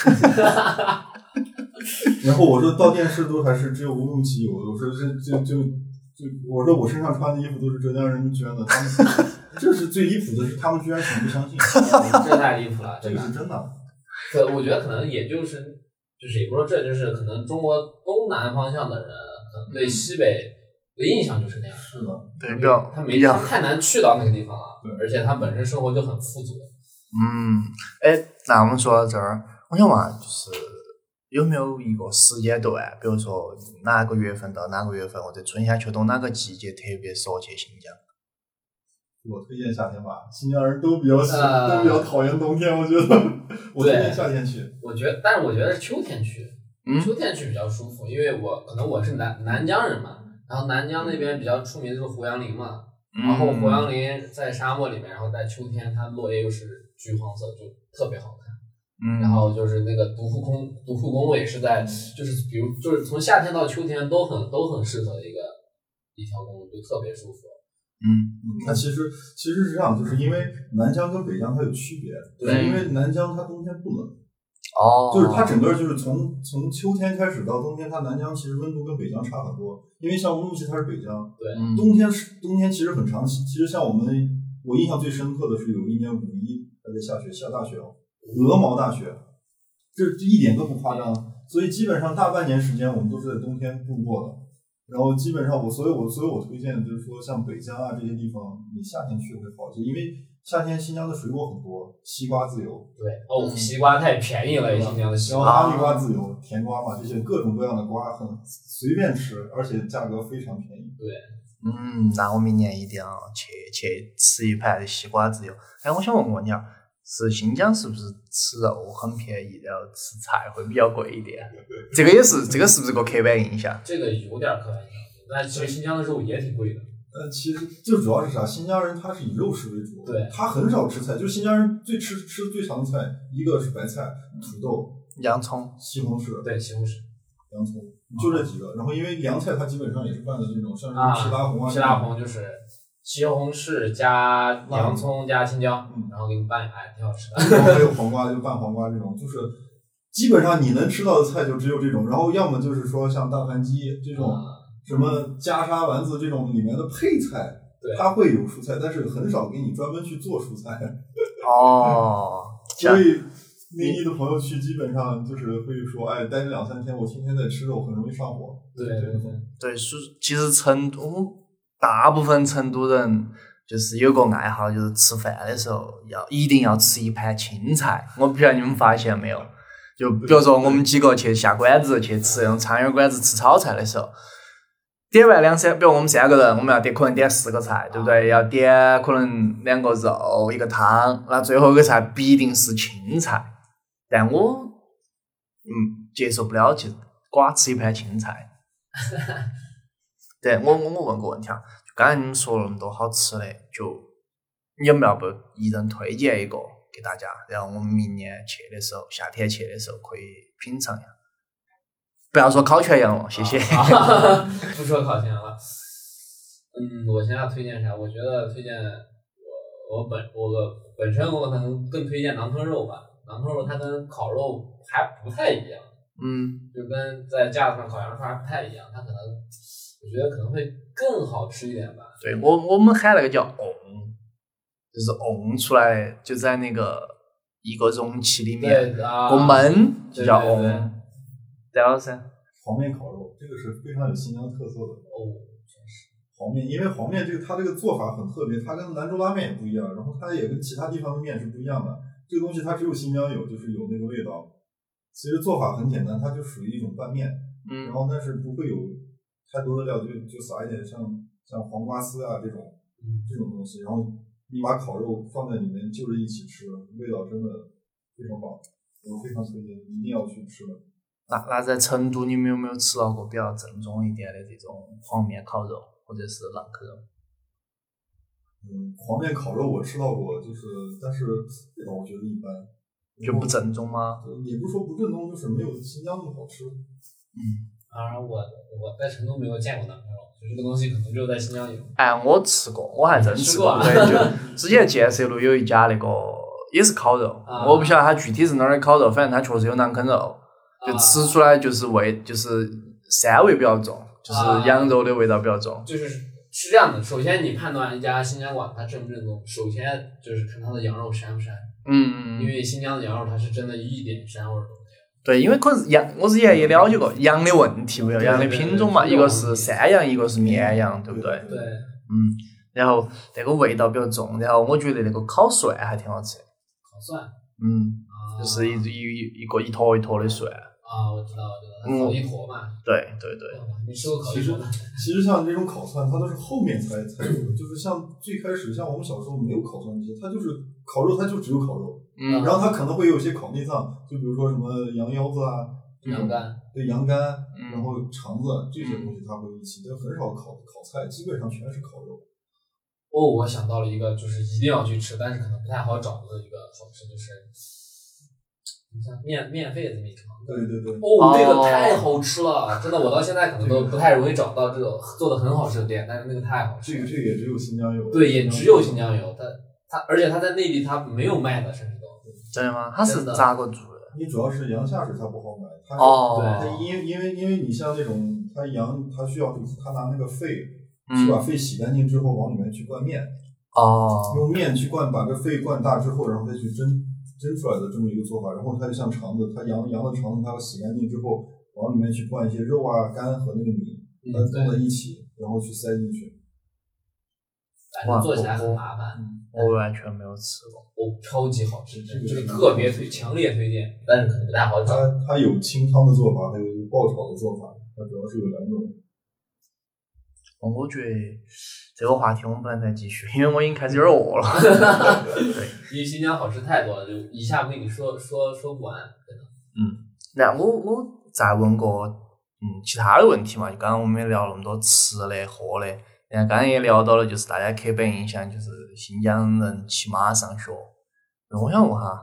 B: 然后我说到电视都还是只有乌鲁木齐有，我说这这就就我说我身上穿的衣服都是浙江人捐的，他们这是最离谱的是他们居然很不相信，
C: 这太离谱了，
B: 这
C: 真
B: 个
C: 的。
B: 是真的。
C: 可我觉得可能也就是就是也不说这就是可能中国东南方向的人可能对西北的印象就是那样。
B: 是的，
A: 对，比较
C: 他没
A: 比较
C: 他，太难去到那个地方了
B: 对，
C: 而且他本身生活就很富足。
A: 嗯，哎，那我们说到这儿，我想问啊，就是有没有一个时间段，比如说哪个月份到哪个月份，或者春夏秋冬哪个季节特别适合去新疆？
B: 我推荐夏天吧，新疆人都比较喜
C: 呃
B: 都比较讨厌冬天，我觉得我推
C: 对
B: 荐夏天去。
C: 我觉得，但是我觉得是秋天去，
A: 嗯
C: 秋天去比较舒服，因为我可能我是南南疆人嘛，然后南疆那边比较出名就是胡杨林嘛，
A: 嗯
C: 然后胡
B: 嗯
C: 杨林在沙漠里面，然后在秋天它落叶又是橘黄色，就特别好看。
A: 嗯，
C: 然后就是那个独库宫，独库宫我也是在，就是比如就是从夏天到秋天都很都很适合的一个一条公路，就特别舒服。
A: 嗯
B: 嗯那其实其实是这样，就是因为南疆跟北疆它有区别，
A: 对
B: 因为南疆它冬天不冷，
A: 哦，
B: 就是它整个就是从从秋天开始到冬天，它南疆其实温度跟北疆差很多，因为像乌鲁木齐它是北疆，
A: 嗯
B: 冬天是冬天其实很长，其其实像我们我印象最深刻的是有一年五一还在下雪，下大雪哦，鹅毛大雪，这这一点都不夸张，所以基本上大半年时间我们都是在冬天度过的。然后基本上我，所以我所以我推荐就是说，像北疆啊这些地方，你夏天去会好一些，因为夏天新疆的水果很多，西瓜自由，
C: 对，哦，西瓜太便宜了，
A: 嗯
C: 新疆的西
B: 然后
C: 瓜。
A: 啊
B: 哈密瓜自由，甜瓜嘛，这些各种各样的瓜很随便吃，而且价格非常便宜。
A: 嗯，那我明年一定要去去吃一盘西瓜自由。哎，我想问个问题啊，是新疆是不是吃肉很便宜，然后吃菜会比较贵一点？这个也是，这个是不是个刻板印象？
C: 这个有点可爱，但其实新疆的肉也挺贵的。
B: 呃，其实最主要是啥？新疆人他是以肉食为主，
C: 对
B: 他很少吃菜。就新疆人最吃吃最常的菜，一个是白菜、土豆、
A: 洋葱，
B: 西红柿、
C: 对，西红柿、
B: 洋葱，就这几个。然后因为凉菜它基本上也是拌的这种，像是
C: 啊
B: 皮拉红啊，
C: 西拉红就是西红柿加洋葱加青椒，
B: 嗯
C: 然后给你拌，哎，挺好吃的。
B: 然后还有黄瓜，就拌黄瓜这种，就是基本上你能吃到的菜就只有这种，然后要么就是说像大盘鸡这种
C: 嗯
B: 什么加沙丸子这种里面的配菜
C: 对，
B: 它会有蔬菜，但是很少给你专门去做蔬菜，
A: 哦，这
B: 所
A: 样
B: 以内地的朋友去基本上就是会说，哎，待两三天，我天天在吃肉，很容易上火。
C: 对
B: 对
C: 对对，
A: 对，是其实成都大部分成都人就是有个爱好，就是吃饭的时候要一定要吃一盘青菜。我不晓得你们发现没有，就比如说我们几个去下馆子去吃那种苍蝇馆子吃炒菜的时候。点完两三，比如我们三个人，我们要点可能点四个菜，对不对？要点可能两个肉一个汤，那最后一个菜必定是青菜。但我嗯接受不了，就瓜吃一盘青菜。
C: 嗯
A: 对我我我问个问题啊，就刚才你们说了那么多好吃的，就你们要不要一人推荐一个给大家，然后我们明年去的时候，夏天去的时候可以品尝一下。不要说烤全羊了，谢谢。
C: 啊不说烤全羊了。嗯，我现在推荐啥？我觉得推荐我我本我个本身我可能更推荐馕吞肉吧。馕吞肉它跟烤肉还不太一样，
A: 嗯，
C: 就跟在架子上烤羊肉串还不太一样，它可能我觉得可能会更好吃一点吧。
A: 对我我们喊那个叫瓮，就是瓮出来的，就在那个一个容器里面，
C: 对啊，
A: 我焖就叫哦啊
C: 对对对
A: 瓮。然后噻，
B: 黄面烤肉这个是非常有新疆特色的。
C: 哦，
B: 黄面，因为黄面这个它这个做法很特别，它跟兰州拉面也不一样，然后它也跟其他地方的面是不一样的。这个东西它只有新疆有，就是有那个味道。其实做法很简单，它就属于一种拌面，然
A: 嗯，
B: 后但是不会有太多的料，就就撒一点像像黄瓜丝啊这种
C: 嗯，
B: 这种东西，然后你把烤肉放在里面就着一起吃，味道真的非常棒，我非常推荐，一定要去吃的。
A: 那那在成都，你们有没有吃到过比较正宗一点的这种黄面烤肉或者是馕烤肉？
B: 嗯，黄面烤肉我吃到过，就是但是味道我觉得一般，呃
A: 就不正宗吗？
B: 也不是说不正宗，就是没有新疆那么好吃。
C: 当然我我在成都没有见过馕吞肉，就这个东西可能只有在新疆有。
A: 哎，我吃过，我还真吃过。
C: 你吃啊
A: 对，就之前建设路有一家那个也是烤肉，
C: 啊
A: 我不晓得它具体是哪儿的烤肉，反正它确实有馕坑肉，就
C: 啊
A: 吃出来就是味就是膻味比较重，
C: 啊
A: 就是羊肉的味道比较重。
C: 就是是这样的，首先你判断一家新疆馆子它正不正宗，首先就是看它的羊肉膻不膻，
A: 嗯，嗯
C: 因
A: 嗯
C: 为新疆的羊肉它是真的一点膻味儿都没有。
A: 对，因为可能是羊，我之前也了解过羊的问题，不要
C: 对
A: 羊的
C: 对
A: 品
C: 对
A: 种嘛，
C: 品
A: 一
C: 种
A: 个
C: 问
A: 是
C: 题
A: 山羊，一个是绵羊，对不对？
B: 对
C: 对，
A: 嗯，然后那个味道比较重，然后我觉得那个烤蒜还挺好吃的，
C: 烤蒜
A: 嗯，
C: 啊，
A: 就是一一一一个一坨一坨的蒜，
C: 啊，我知道，我知道，
A: 嗯
C: 它烤一坨嘛，
A: 对对对，
C: 我还没吃过烤一坨 的。
B: 其实像这种烤蒜，它都是后面才才有，就是像最开始像我们小时候没有烤蒜这些，它就是烤肉，它就只有烤肉，
A: 嗯
B: 然后它可能会有一些烤内脏，就比如说什么羊腰子啊，这种
C: 羊肝，
B: 对羊肝，
A: 嗯
B: 然后肠子这些东西它会一起，但很少烤烤菜，基本上全是烤肉。
C: 哦，我想到了一个，就是一定要去吃，但是可能不太好找的一个好吃，就是你像面面肺子米肠。
B: 对对对，
C: 哦，那个
A: 哦
C: 太好吃了，真的，我到现在可能都不太容易找到这种做的很好吃的店，但是那个太好吃
B: 这
C: 了。
B: 个这个也只有新疆有，
C: 对，也只有新疆有，它它而且它在内地它没有卖的，甚至都
A: 真的吗？它是
C: 真的
A: 咋个做的？
B: 你主要是羊下水它不好买，它是
A: 哦，
B: 它因为因为因为你像那种它羊，它需要它拿那个肺去把
A: 嗯，
B: 肺洗干净之后，往里面去灌面，
A: 哦，
B: 用面去灌，把这肺灌大之后，然后再去蒸蒸出来的这么一个做法。然后它就像肠子，它羊羊的肠子，它洗干净之后，往里面去灌一些肉啊、肝和那个米，
C: 嗯
B: 把它冻在一起，然后去塞进去。
C: 反正做起来很麻烦。
A: 我完全没有吃过。
C: 哦，超级好吃，
B: 这个
C: 就是特别推，强烈推荐，嗯但是可能不太好找。
B: 它它有清汤的做法，还有一个爆炒的做法，它主要是有两种。
A: 我觉得这个话题我们不能再继续，因为我已经开始有点饿了。对，
C: 因为新疆好吃太多了，就一下不跟你说说说不完。真的
A: 那我我再问个嗯其他的问题嘛，就刚刚我们也聊了那么多吃的喝的，然后刚刚也聊到了就是大家刻板印象就是新疆人骑马上学，那我想问哈，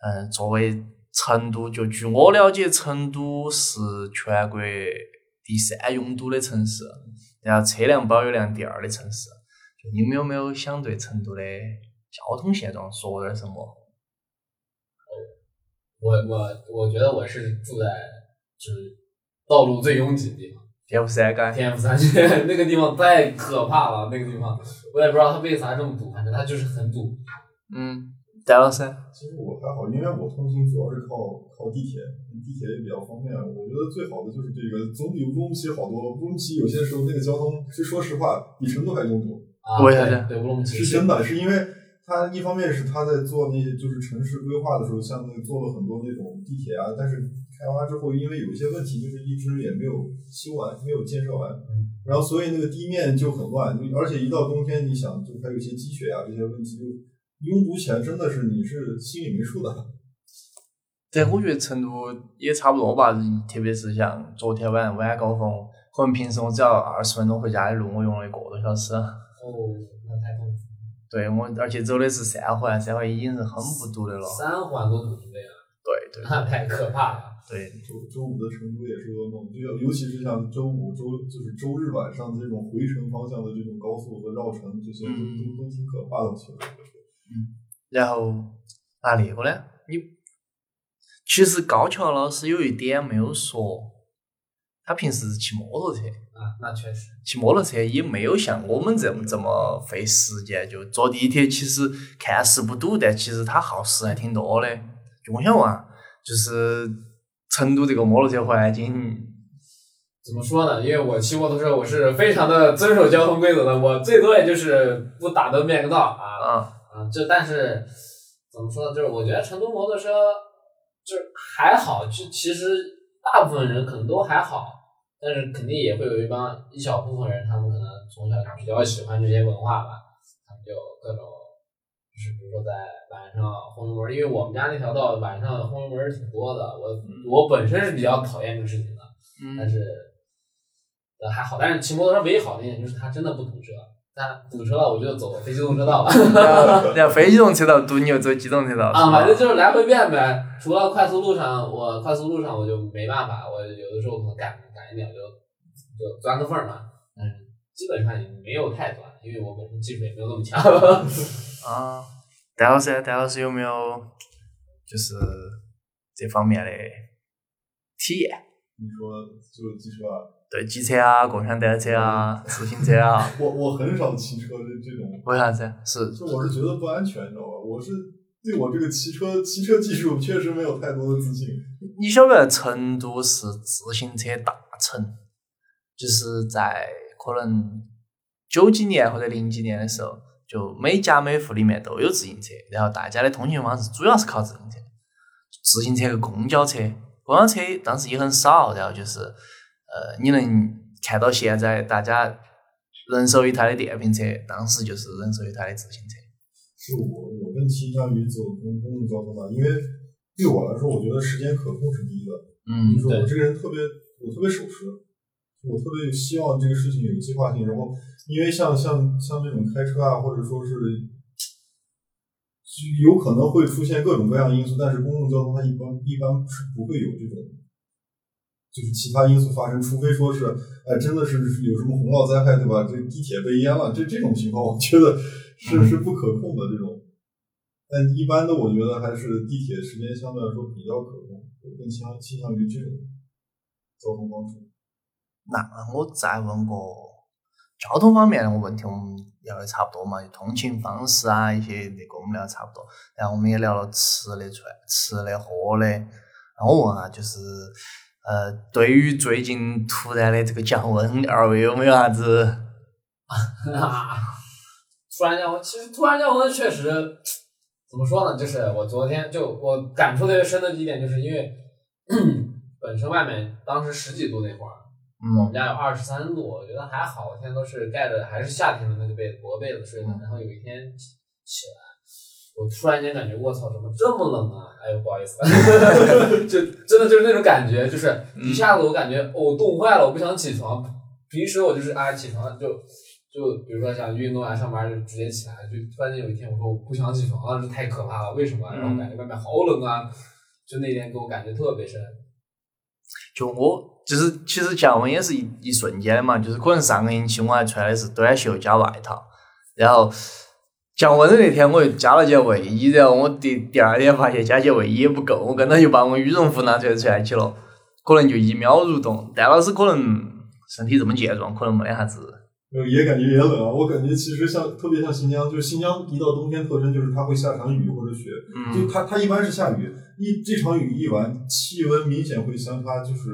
A: 嗯、作为成都，就据我了解，成都是全国第三拥堵的城市，然后车辆保有量第二的城市。你们有没有想对成都的交通现状说点什么？
C: 我我我觉得我是住在就是道路最拥挤的地方。
A: 也不是该，
C: 天府三区那个地方太可怕了，那个地方我也不知道它为啥这么堵，反正它就是很堵。
A: 嗯，戴老师，
B: 其实我还好，因为我通勤主要是靠靠地铁，地铁也比较方便。我觉得最好的就是这个，总比乌鲁木齐好多了。乌鲁木齐有些时候那个交通是说实话比成都还拥堵，
C: 啊，
A: 为啥呢
C: 对对乌鲁木齐
B: 是真的，是因为它一方面是它在做那些就是城市规划的时候，像那个做了很多那种地铁啊，但是开发之后，因为有一些问题，就是一直也没有修完，没有建设完，
C: 嗯
B: 然后所以那个地面就很乱，就而且一到冬天，你想就还有一些积雪啊这些问题，就拥堵起来真的是你是心里没数的。
A: 对，我觉得成都也差不多吧，特别是像昨天晚上晚高峰，可能平时我只要二十分钟回家的路，我用了一个多小时。
C: 哦，那太痛苦了。
A: 对我，而且走的是三环，三环已经是很不堵的了。
C: 三环都堵成这样，
A: 对对
C: 那太可怕了。啊
A: 对，
B: 周周五的成都也是噩梦，就像尤其是像周五周就是周日晚上的这种回程方向的这种高速和绕城，这些都
A: 嗯
B: 都都挺可怕的。其实，
A: 然后哪里个呢？你其实高桥老师有一点没有说，他平时骑摩托车，
C: 啊，那确实，
A: 骑摩托车也没有像我们这么这么费时间，就坐地铁其实看似不堵，但其实它耗时还挺多的。就我想问啊，就是成都这个摩托车环境，
C: 怎么说呢？因为我骑摩托车，我是非常的遵守交通规则的，我最多也就是不打灯变个道啊，
A: 啊，
C: 啊，就但是怎么说呢？就是我觉得成都摩托车就是还好，就其实大部分人可能都还好，但是肯定也会有一帮一小部分人，他们可能从小比较喜欢这些文化吧，他们就各种就是比如说在晚上红楼门儿，因为我们家那条道晚上红楼门儿挺多的，我我本身是比较讨厌这个事情的，但
A: 嗯，
C: 是呃还好，但是骑摩托车唯一好的一点就是它真的不堵车。但堵车了，我就走非机动车道了。
A: 然后然后非机动车道堵，你又走机动车道，
C: 啊，反正
A: 是吧
C: 就是来回变呗。除了快速路上，我快速路上我就没办法，我有的时候可能赶赶一点就就钻个缝儿嘛。嗯，基本上也没有太钻，因为我本身技术也没有那么强。
A: 啊。戴老师，戴老师有没有就是这方面的体验？
B: 你说就是机车啊，
A: 对，机车啊，共享单车啊，自行车啊，
B: 我我很少骑车这这种，
A: 为啥子？是
B: 就我是觉得不安全，你知道吧？我是对我这个骑车骑车技术确实没有太多的自信。
A: 你晓不晓得成都是自行车大城？就是在可能九几年或者零几年的时候，就每家每户里面都有自行车，然后大家的通行方式主要是靠自行车，自行车和公交车，公交车当时也很少，然后就是呃，你能看到现在大家人手一台的电瓶车，当时就是人手一台的自行车。
B: 是我我更倾向于走公公共交通的，因为对我来说，我觉得时间可控是第一的。
A: 嗯
B: 就是我这个人特别，我特别守时，我特别希望这个事情有计划性。然后，因为像像像这种开车啊，或者说是，就有可能会出现各种各样的因素，但是公共交通它一般一般是不会有这种，就是其他因素发生，除非说是，哎，真的是有什么洪涝灾害，对吧？这地铁被淹了，这这种情况，我觉得是是不可控的这种。但一般的，我觉得还是地铁时间相对来说比较可控，我更倾向倾向于这种交通方式。
A: 那我再问个交通方面的问题，我们聊的差不多嘛，通勤方式啊，一些那个我们聊的差不多，然后我们也聊了吃的、穿、吃的、喝的。然后我问啊，就是呃，对于最近突然的这个降温，二位有没有啥子？
C: 啊突然间，我其实突然间，我确实怎么说呢？就是我昨天就我感触特别深的一点，就是因为 本身外面当时十几度那会儿，
A: 嗯
C: 我们家有二十三度，我觉得还好，我现在都是盖着还是夏天的那个被子薄被子睡的。然后有一天起来，我突然间感觉我操，怎么这么冷啊？哎呦，不好意思，就真的就是那种感觉，就是一下子我感觉、哦我冻坏了，我不想起床。平时我就是啊，起床就就比如说想运动啊、上班就直接起来，就突然间有一天我说我不想起床了，这太可怕了，为什么啊？
A: 嗯
C: 然后感觉外面好冷啊，就那天给我感觉特别深。
A: 就我就是其实降温也是一一瞬间的嘛，就是可能上个星期我还穿的是短袖加外套，然后降温的那天我又加了件卫衣，然后我第第二天发现加件卫衣也不够，我跟他就把我羽绒服拿出来穿起了，可能就一秒蠕动。但老师可能身体这么健壮，可能没得啥子。
B: 呃也感觉也冷啊。我感觉其实像特别像新疆，就是新疆一到冬天特征就是它会下场雨或者雪，就
A: 嗯，
B: 它它一般是下雨，一这场雨一完，气温明显会相差就是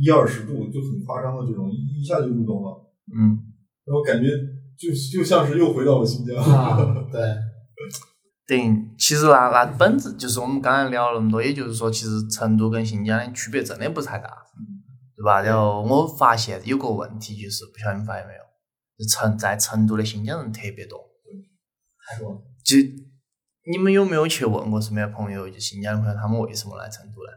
B: 一二十度，就很夸张的这种，一一下就入冬了。
A: 嗯，
B: 然后感觉就就像是又回到了新疆。
C: 啊，对，
A: 等于其实那那本质就是我们刚才聊了那么多，也就是说，其实成都跟新疆的区别真的不太大，对吧？然后我发现有个问题，就是不晓得你发现没有，就成在成都的新疆人特别多。
C: 太多了。
A: 就你们有没有去问过身边朋友，就新疆的朋友，他们为什么来成都呢？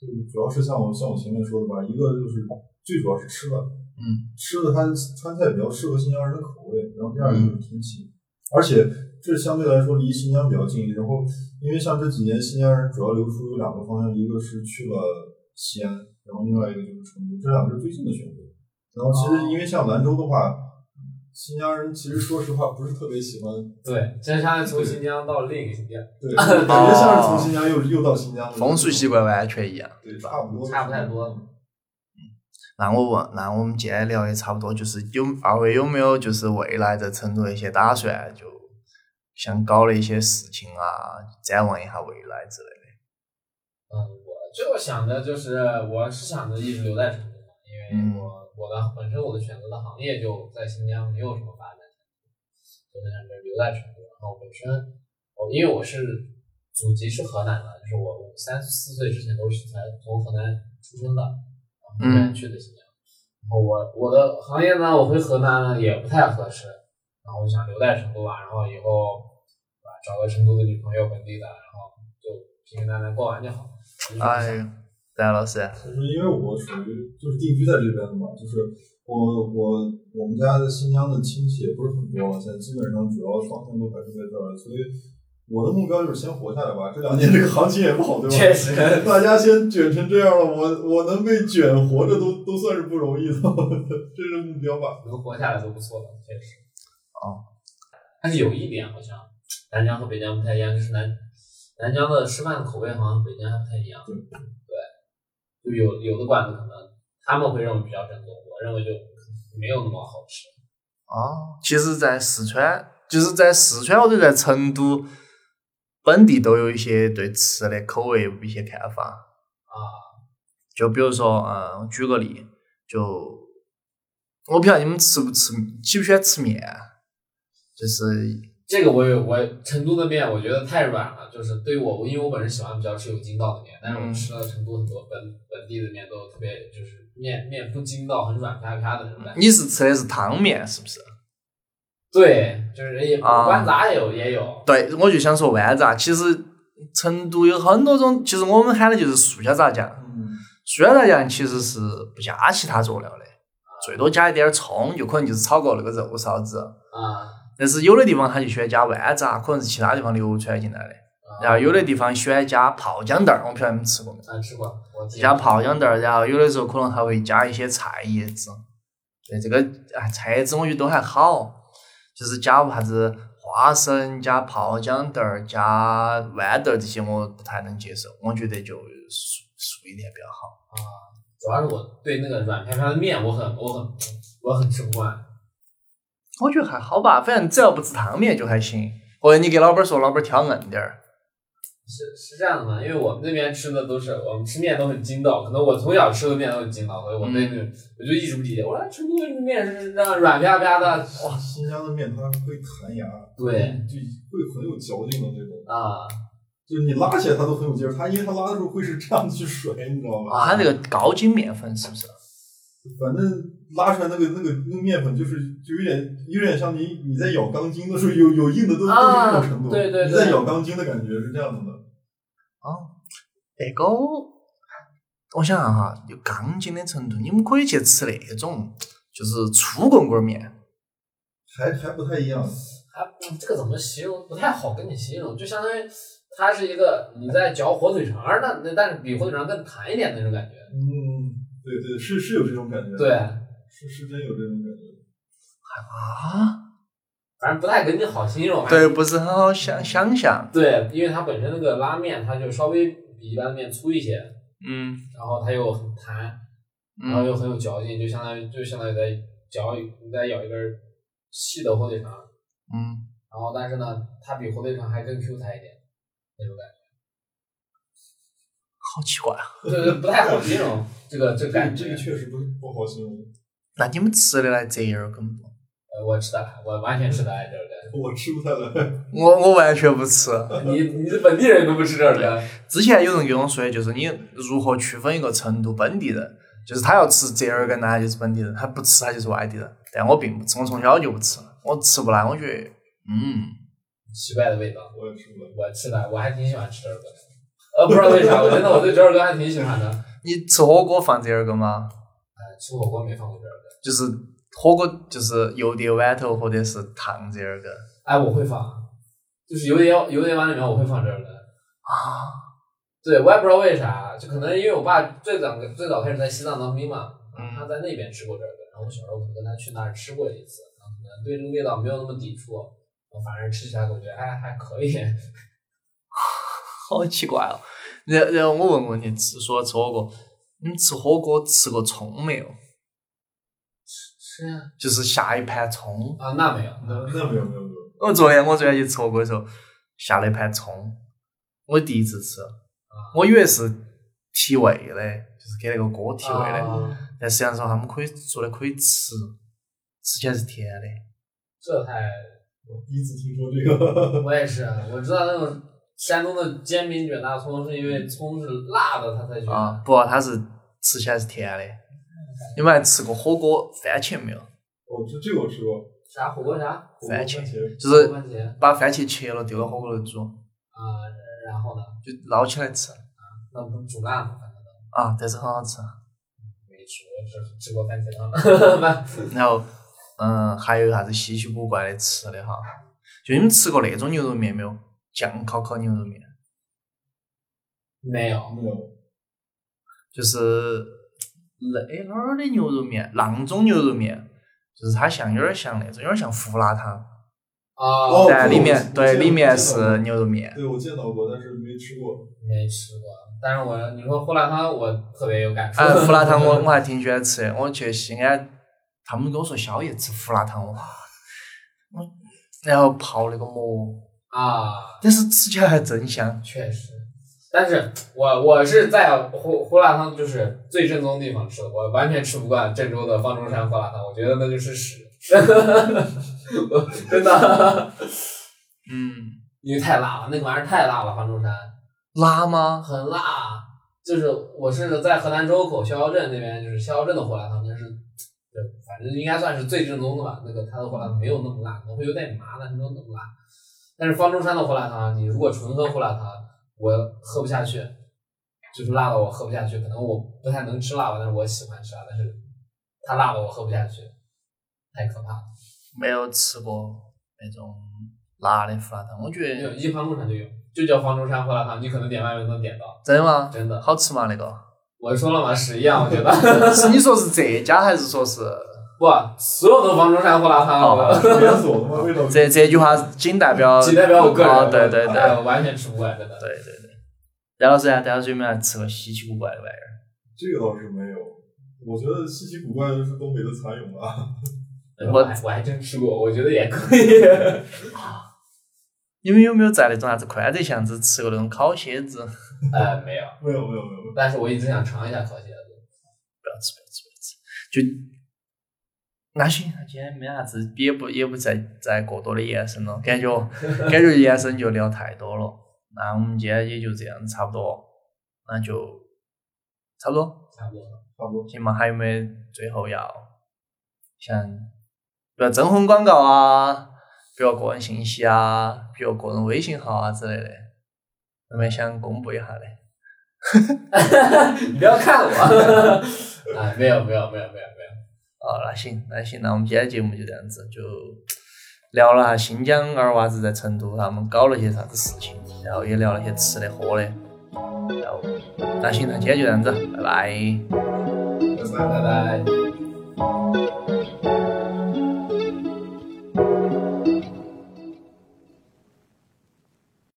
B: 就是主要是像我像我前面说的吧，一个就是最主要是吃的，
A: 嗯，
B: 吃的它川菜比较适合新疆人的口味，然后第二个就是
A: 嗯
B: 天气，而且这相对来说离新疆比较近，然后因为像这几年新疆人主要流出有两个方向，一个是去了西安，然后另外一个就是成都，这两个是最近的选择。然后其
A: 哦
B: 实因为像兰州的话，新疆人其实说实话不是特别喜欢，
C: 对，真相从新疆到另一个新疆，
B: 对，感觉像是从新疆又又到新疆的
A: 哦风俗习惯完全一样。
B: 对，差不多
C: 差不太多。
A: 那我问，那我们今天聊也差不多，就是有二位有没有就是未来在成都的一些打算，就想搞的一些事情啊，展望一下未来之类的。
C: 嗯，我最后想的就是，我是想着一直留在成都嘛，因为我、我的本身我的选择的行业就在新疆没有什么发展，就是想着留在成都。然后本身我因为我是祖籍是河南的，就是我我三四岁之前都是在从河南出生的，然后河南去的新疆。然后我我的行业呢，我回河南呢也不太合适，然后我想留在成都吧，然后以后啊找个成都的女朋友本地的，然后就平平淡淡过完就好了。
A: 哎呦，戴老师，
B: 就是因为我属于就是定居在这边的嘛，就是我我我们家的新疆的亲戚也不是很多，现在基本上主要方向都还是在这儿，所以我的目标就是先活下来吧。这两年这个行情也不好，对吧？
C: 确实
B: 大家先卷成这样了，我我能被卷活着都都算是不容易的， 这是目标吧。
C: 能活下来都不错了，确实。
A: 哦。
C: 但是有一点好像南疆和北疆不太一样，就是南南疆的吃饭口味好像北疆还不太一样。
B: 对
C: 对，就有有的馆子可能他们会认为比较正宗，我认为就没有那么好吃。
A: 哦，其实，在四川，就是在四川或者在成都本地都有一些对吃的口味有一些看法。
C: 啊，
A: 就比如说，嗯，举个例，就我不晓得你们吃不吃，喜不喜欢吃面，啊就是
C: 这个我有我成都的面，我觉得太软了，就是对于我，因为我本身喜欢比较吃有筋道的面，但是我
A: 嗯
C: 吃了成都很多本本地的面都特别就是面面不筋道，很软啪啪的那种感觉。
A: 你是吃的是汤面，是不是？
C: 对，就是也
A: 啊
C: 豌杂也有也有，
A: 对，我就想说豌杂，其实成都有很多种，其实我们喊的就是素椒炸酱，
B: 嗯，
A: 素椒炸酱其实是不加其他佐料的，最多加一点儿葱，就可能就是炒个那个肉臊子。
C: 啊，
A: 但是有的地方它就喜欢加豌杂，可能是其他地方流传进来的。然后有的地方喜欢加泡姜蛋儿，我不晓得你们吃过没？
C: 啊吃过，我记得
A: 加泡姜蛋儿，然后有的时候可能还会加一些菜叶子。对这个哎，菜叶子我觉得都还好，就是加啥子花生、加泡姜蛋儿、加豌豆儿这些我不太能接受，我觉得就素素一点比较好。
C: 啊，主要是我对那个软啪啪的面，我很我很我很吃不惯。
A: 我觉得还好吧，反正只要不吃汤面就还行。或者你给老板说，老板挑硬点儿。
C: 是是这样的嘛？因为我们那边吃的都是我们吃面都很筋道，可能我从小吃的面都很筋道，所以我
A: 嗯
C: 对那个、我就一直不理解，我说成都的面是这样软啪啪的，哇，
B: 新疆的面它会弹牙，
C: 对
B: 就会很有嚼劲的那种，
C: 啊，
B: 就是你拉起来它都很有劲儿，它因为它拉的时候会是这样去甩，你知道吗？
A: 啊，它这个高筋面粉是不是？
B: 反正拉出来那个那个那个面粉，就是就有点有点像你你在咬钢筋的时候有有硬的都、
C: 啊
B: 都是这种程度，
C: 对对对
B: 你在咬钢筋的感觉是这样的。
A: 那个，我想想哈，有钢筋的程度，你们可以去吃那种，就是粗棍棍面。
B: 还还不太一样，
C: 还嗯这个怎么形容不太好跟你形容，就相当于它是一个你在嚼火腿肠儿，那那但是比火腿肠更弹一点的那种感觉，
B: 嗯，对对，是是有这种感觉，
C: 对。
B: 是是真有这种感觉。
A: 啊，
C: 反反正不太跟你好形容。
A: 对，不是很好想想象。
C: 对，因为它本身那个拉面，它就稍微比一般的面粗一些，
A: 嗯
C: 然后它又很弹，然后
A: 嗯
C: 又很有嚼劲，就相当于就相当于在嚼一你在咬一根儿细的火腿肠，
A: 嗯，
C: 然后但是呢，它比火腿肠还更 Q 弹一点 那种感觉。
A: 好奇怪啊！
C: 对对，不太好形容这个这个感
B: 这
C: 觉
B: 个。确实不不好形容。
A: 那你们吃的来这一儿根本，
C: 呃，我吃的辣，我完全吃的爱这儿的。
B: 我吃不太来，
A: 我我完全不吃。
C: 你 你是本地人都不吃这儿的，
A: 之前有人给我说，就是你如何区分一个成都本地人，就是他要吃折耳根，那他就是本地人；他不吃，他就是外地人。但我并不吃，我从小就不吃，我吃不来，我觉得，嗯，
C: 奇怪的味道。
B: 我也吃不来。
C: 我吃的，我还挺喜欢吃折耳根的。呃，不知道为啥，我真的我对折耳根还挺喜欢的。呃，
A: 你吃火锅放折耳根吗？
C: 吃火锅没放过折耳根，
A: 就是火锅就是油碟豌豆或者是烫折耳根
C: 哎，我会放，就是油碟油碟丸里面我会放折耳根。
A: 啊，
C: 对，我也不知道为啥，就可能因为我爸最早最早开始在西藏当兵嘛，他
A: 嗯
C: 在那边吃过这个，然后我小时候可能跟他去那儿吃过一次，然后可能对这个味道没有那么抵触，我反正吃起来我觉得还还可以。
A: 好奇怪哦。然然后我问个问题，吃说吃火锅，你们吃火锅吃过葱没有？
C: 是啊，
A: 就是下一盘葱。
C: 啊那没有，
B: 那那没有没有没有，
A: 我昨天我昨天去吃火锅的时候下了一盘葱，我第一次吃，我以为是提味的，就是给那个锅提味的，
C: 啊
A: 但实际上说他们可以做的可以吃，吃起来是甜的。
C: 这太
B: 我第一次听说这个。
C: 我也是，我知道那种山东的煎饼卷大葱是因为葱是辣的，它才觉得。
A: 啊，不，它是吃起来是甜的。你们还吃过火锅番茄没有？
B: 哦，这这个我吃过，
C: 啥火锅啥？
B: 火锅
A: 番
B: 番
A: 茄
B: 茄。
A: 就
C: 火锅
A: 是
C: 番茄
A: 把番茄切了丢到火锅里煮，
C: 啊、然后呢？
A: 就捞起来吃
C: 那不是煮烂了，反正都
A: 啊，但是很好吃。
C: 没吃过，只吃过番茄汤。
A: 然后，嗯，还有啥子稀奇古怪的吃的哈？就你们吃过那种牛肉面没有？酱烤烤牛肉面，
C: 没有，
B: 没有，
A: 就是那哎哪儿的牛肉面？阆中牛肉面，就是它像有点像那种，有点像胡辣汤，
C: 啊、
B: 哦
A: 但
B: 这个
A: 里
B: 我
A: 面
B: 我
A: 对
B: 见过
A: 里面
B: 我见过
A: 是牛肉面。
B: 对我见到过，但是没吃过。
C: 没吃过。但是我你说胡辣汤，我特别有感触。
A: 哎，胡辣汤我我还挺喜欢吃的。我去西安，他们跟我说宵夜吃胡辣汤，哇，我然后泡那个馍，
C: 啊，
A: 但是吃起来还真香。
C: 确实。但是我我是在胡胡辣汤就是最正宗的地方吃的，我完全吃不惯郑州的方中山胡辣汤，我觉得那就是屎， 我真的，
A: 嗯，
C: 因为太辣了，那个玩意儿太辣了，方中山
A: 辣吗？
C: 很辣，就是我是在河南周口逍遥镇那边，就是逍遥镇的胡辣汤，就是对，反正应该算是最正宗的吧。那个它的胡辣汤没有那么辣，可能会有点麻，但是没有那么辣。但是方中山的胡辣汤，你如果纯喝胡辣汤，我喝不下去，就是辣到我喝不下去。可能我不太能吃辣吧，但是我喜欢吃辣，但是它辣到我喝不下去，太可怕了。
A: 没有吃过那种辣的胡辣汤，我觉
C: 没有
A: 得
C: 一方中山就有，就叫方中山胡辣汤，你可能点外面都能点到，
A: 真的吗？
C: 真的。
A: 好吃吗？那个
C: 我说了嘛，屎一样，我觉得。
A: 是你说是浙江还是说是
C: 不，所有的方中山胡辣汤，
A: 哦
B: 别走 他妈味道。
A: 这这句话仅代表
C: 仅代表我个人。
A: 哦对对对
C: 哎我完全吃不惯，真的。
A: 对对对。然老师啊，然老师有没有吃过稀奇古怪的玩意儿？
B: 这个倒是没有。我觉得稀奇古怪的是东北的蚕蛹啊，
A: 我
C: 还我还真吃过，我觉得也可以。
A: 你们有没有在那种啥子宽窄巷子吃过那种烤蝎子？不要吃，
C: 呃，没有，
B: 没有没有没有。
C: 但是我一直想尝一下烤蝎子。
A: 不要吃，不要吃。就那行，那今天没啥子，也不也不再再过多的延伸了，感 觉感觉延伸就聊太多了。那我们今天也就这样，差不多，那就差不多。
C: 差不多了。
B: 差不多。
A: 行吗？还有没有最后要像比如征婚广告啊，比如个人信息啊，比如个人微信号啊之类的，有没有想公布一下的？
C: 你不要看我。 啊，没有没有没有没有没有。
A: 哦，那行，那行，那我们今天节目就这样子，就聊了下新疆二娃子在成都他们搞了些啥子事情，然后也聊了些吃的喝的，然后那行，那今天就这样子，拜拜。
C: 拜拜。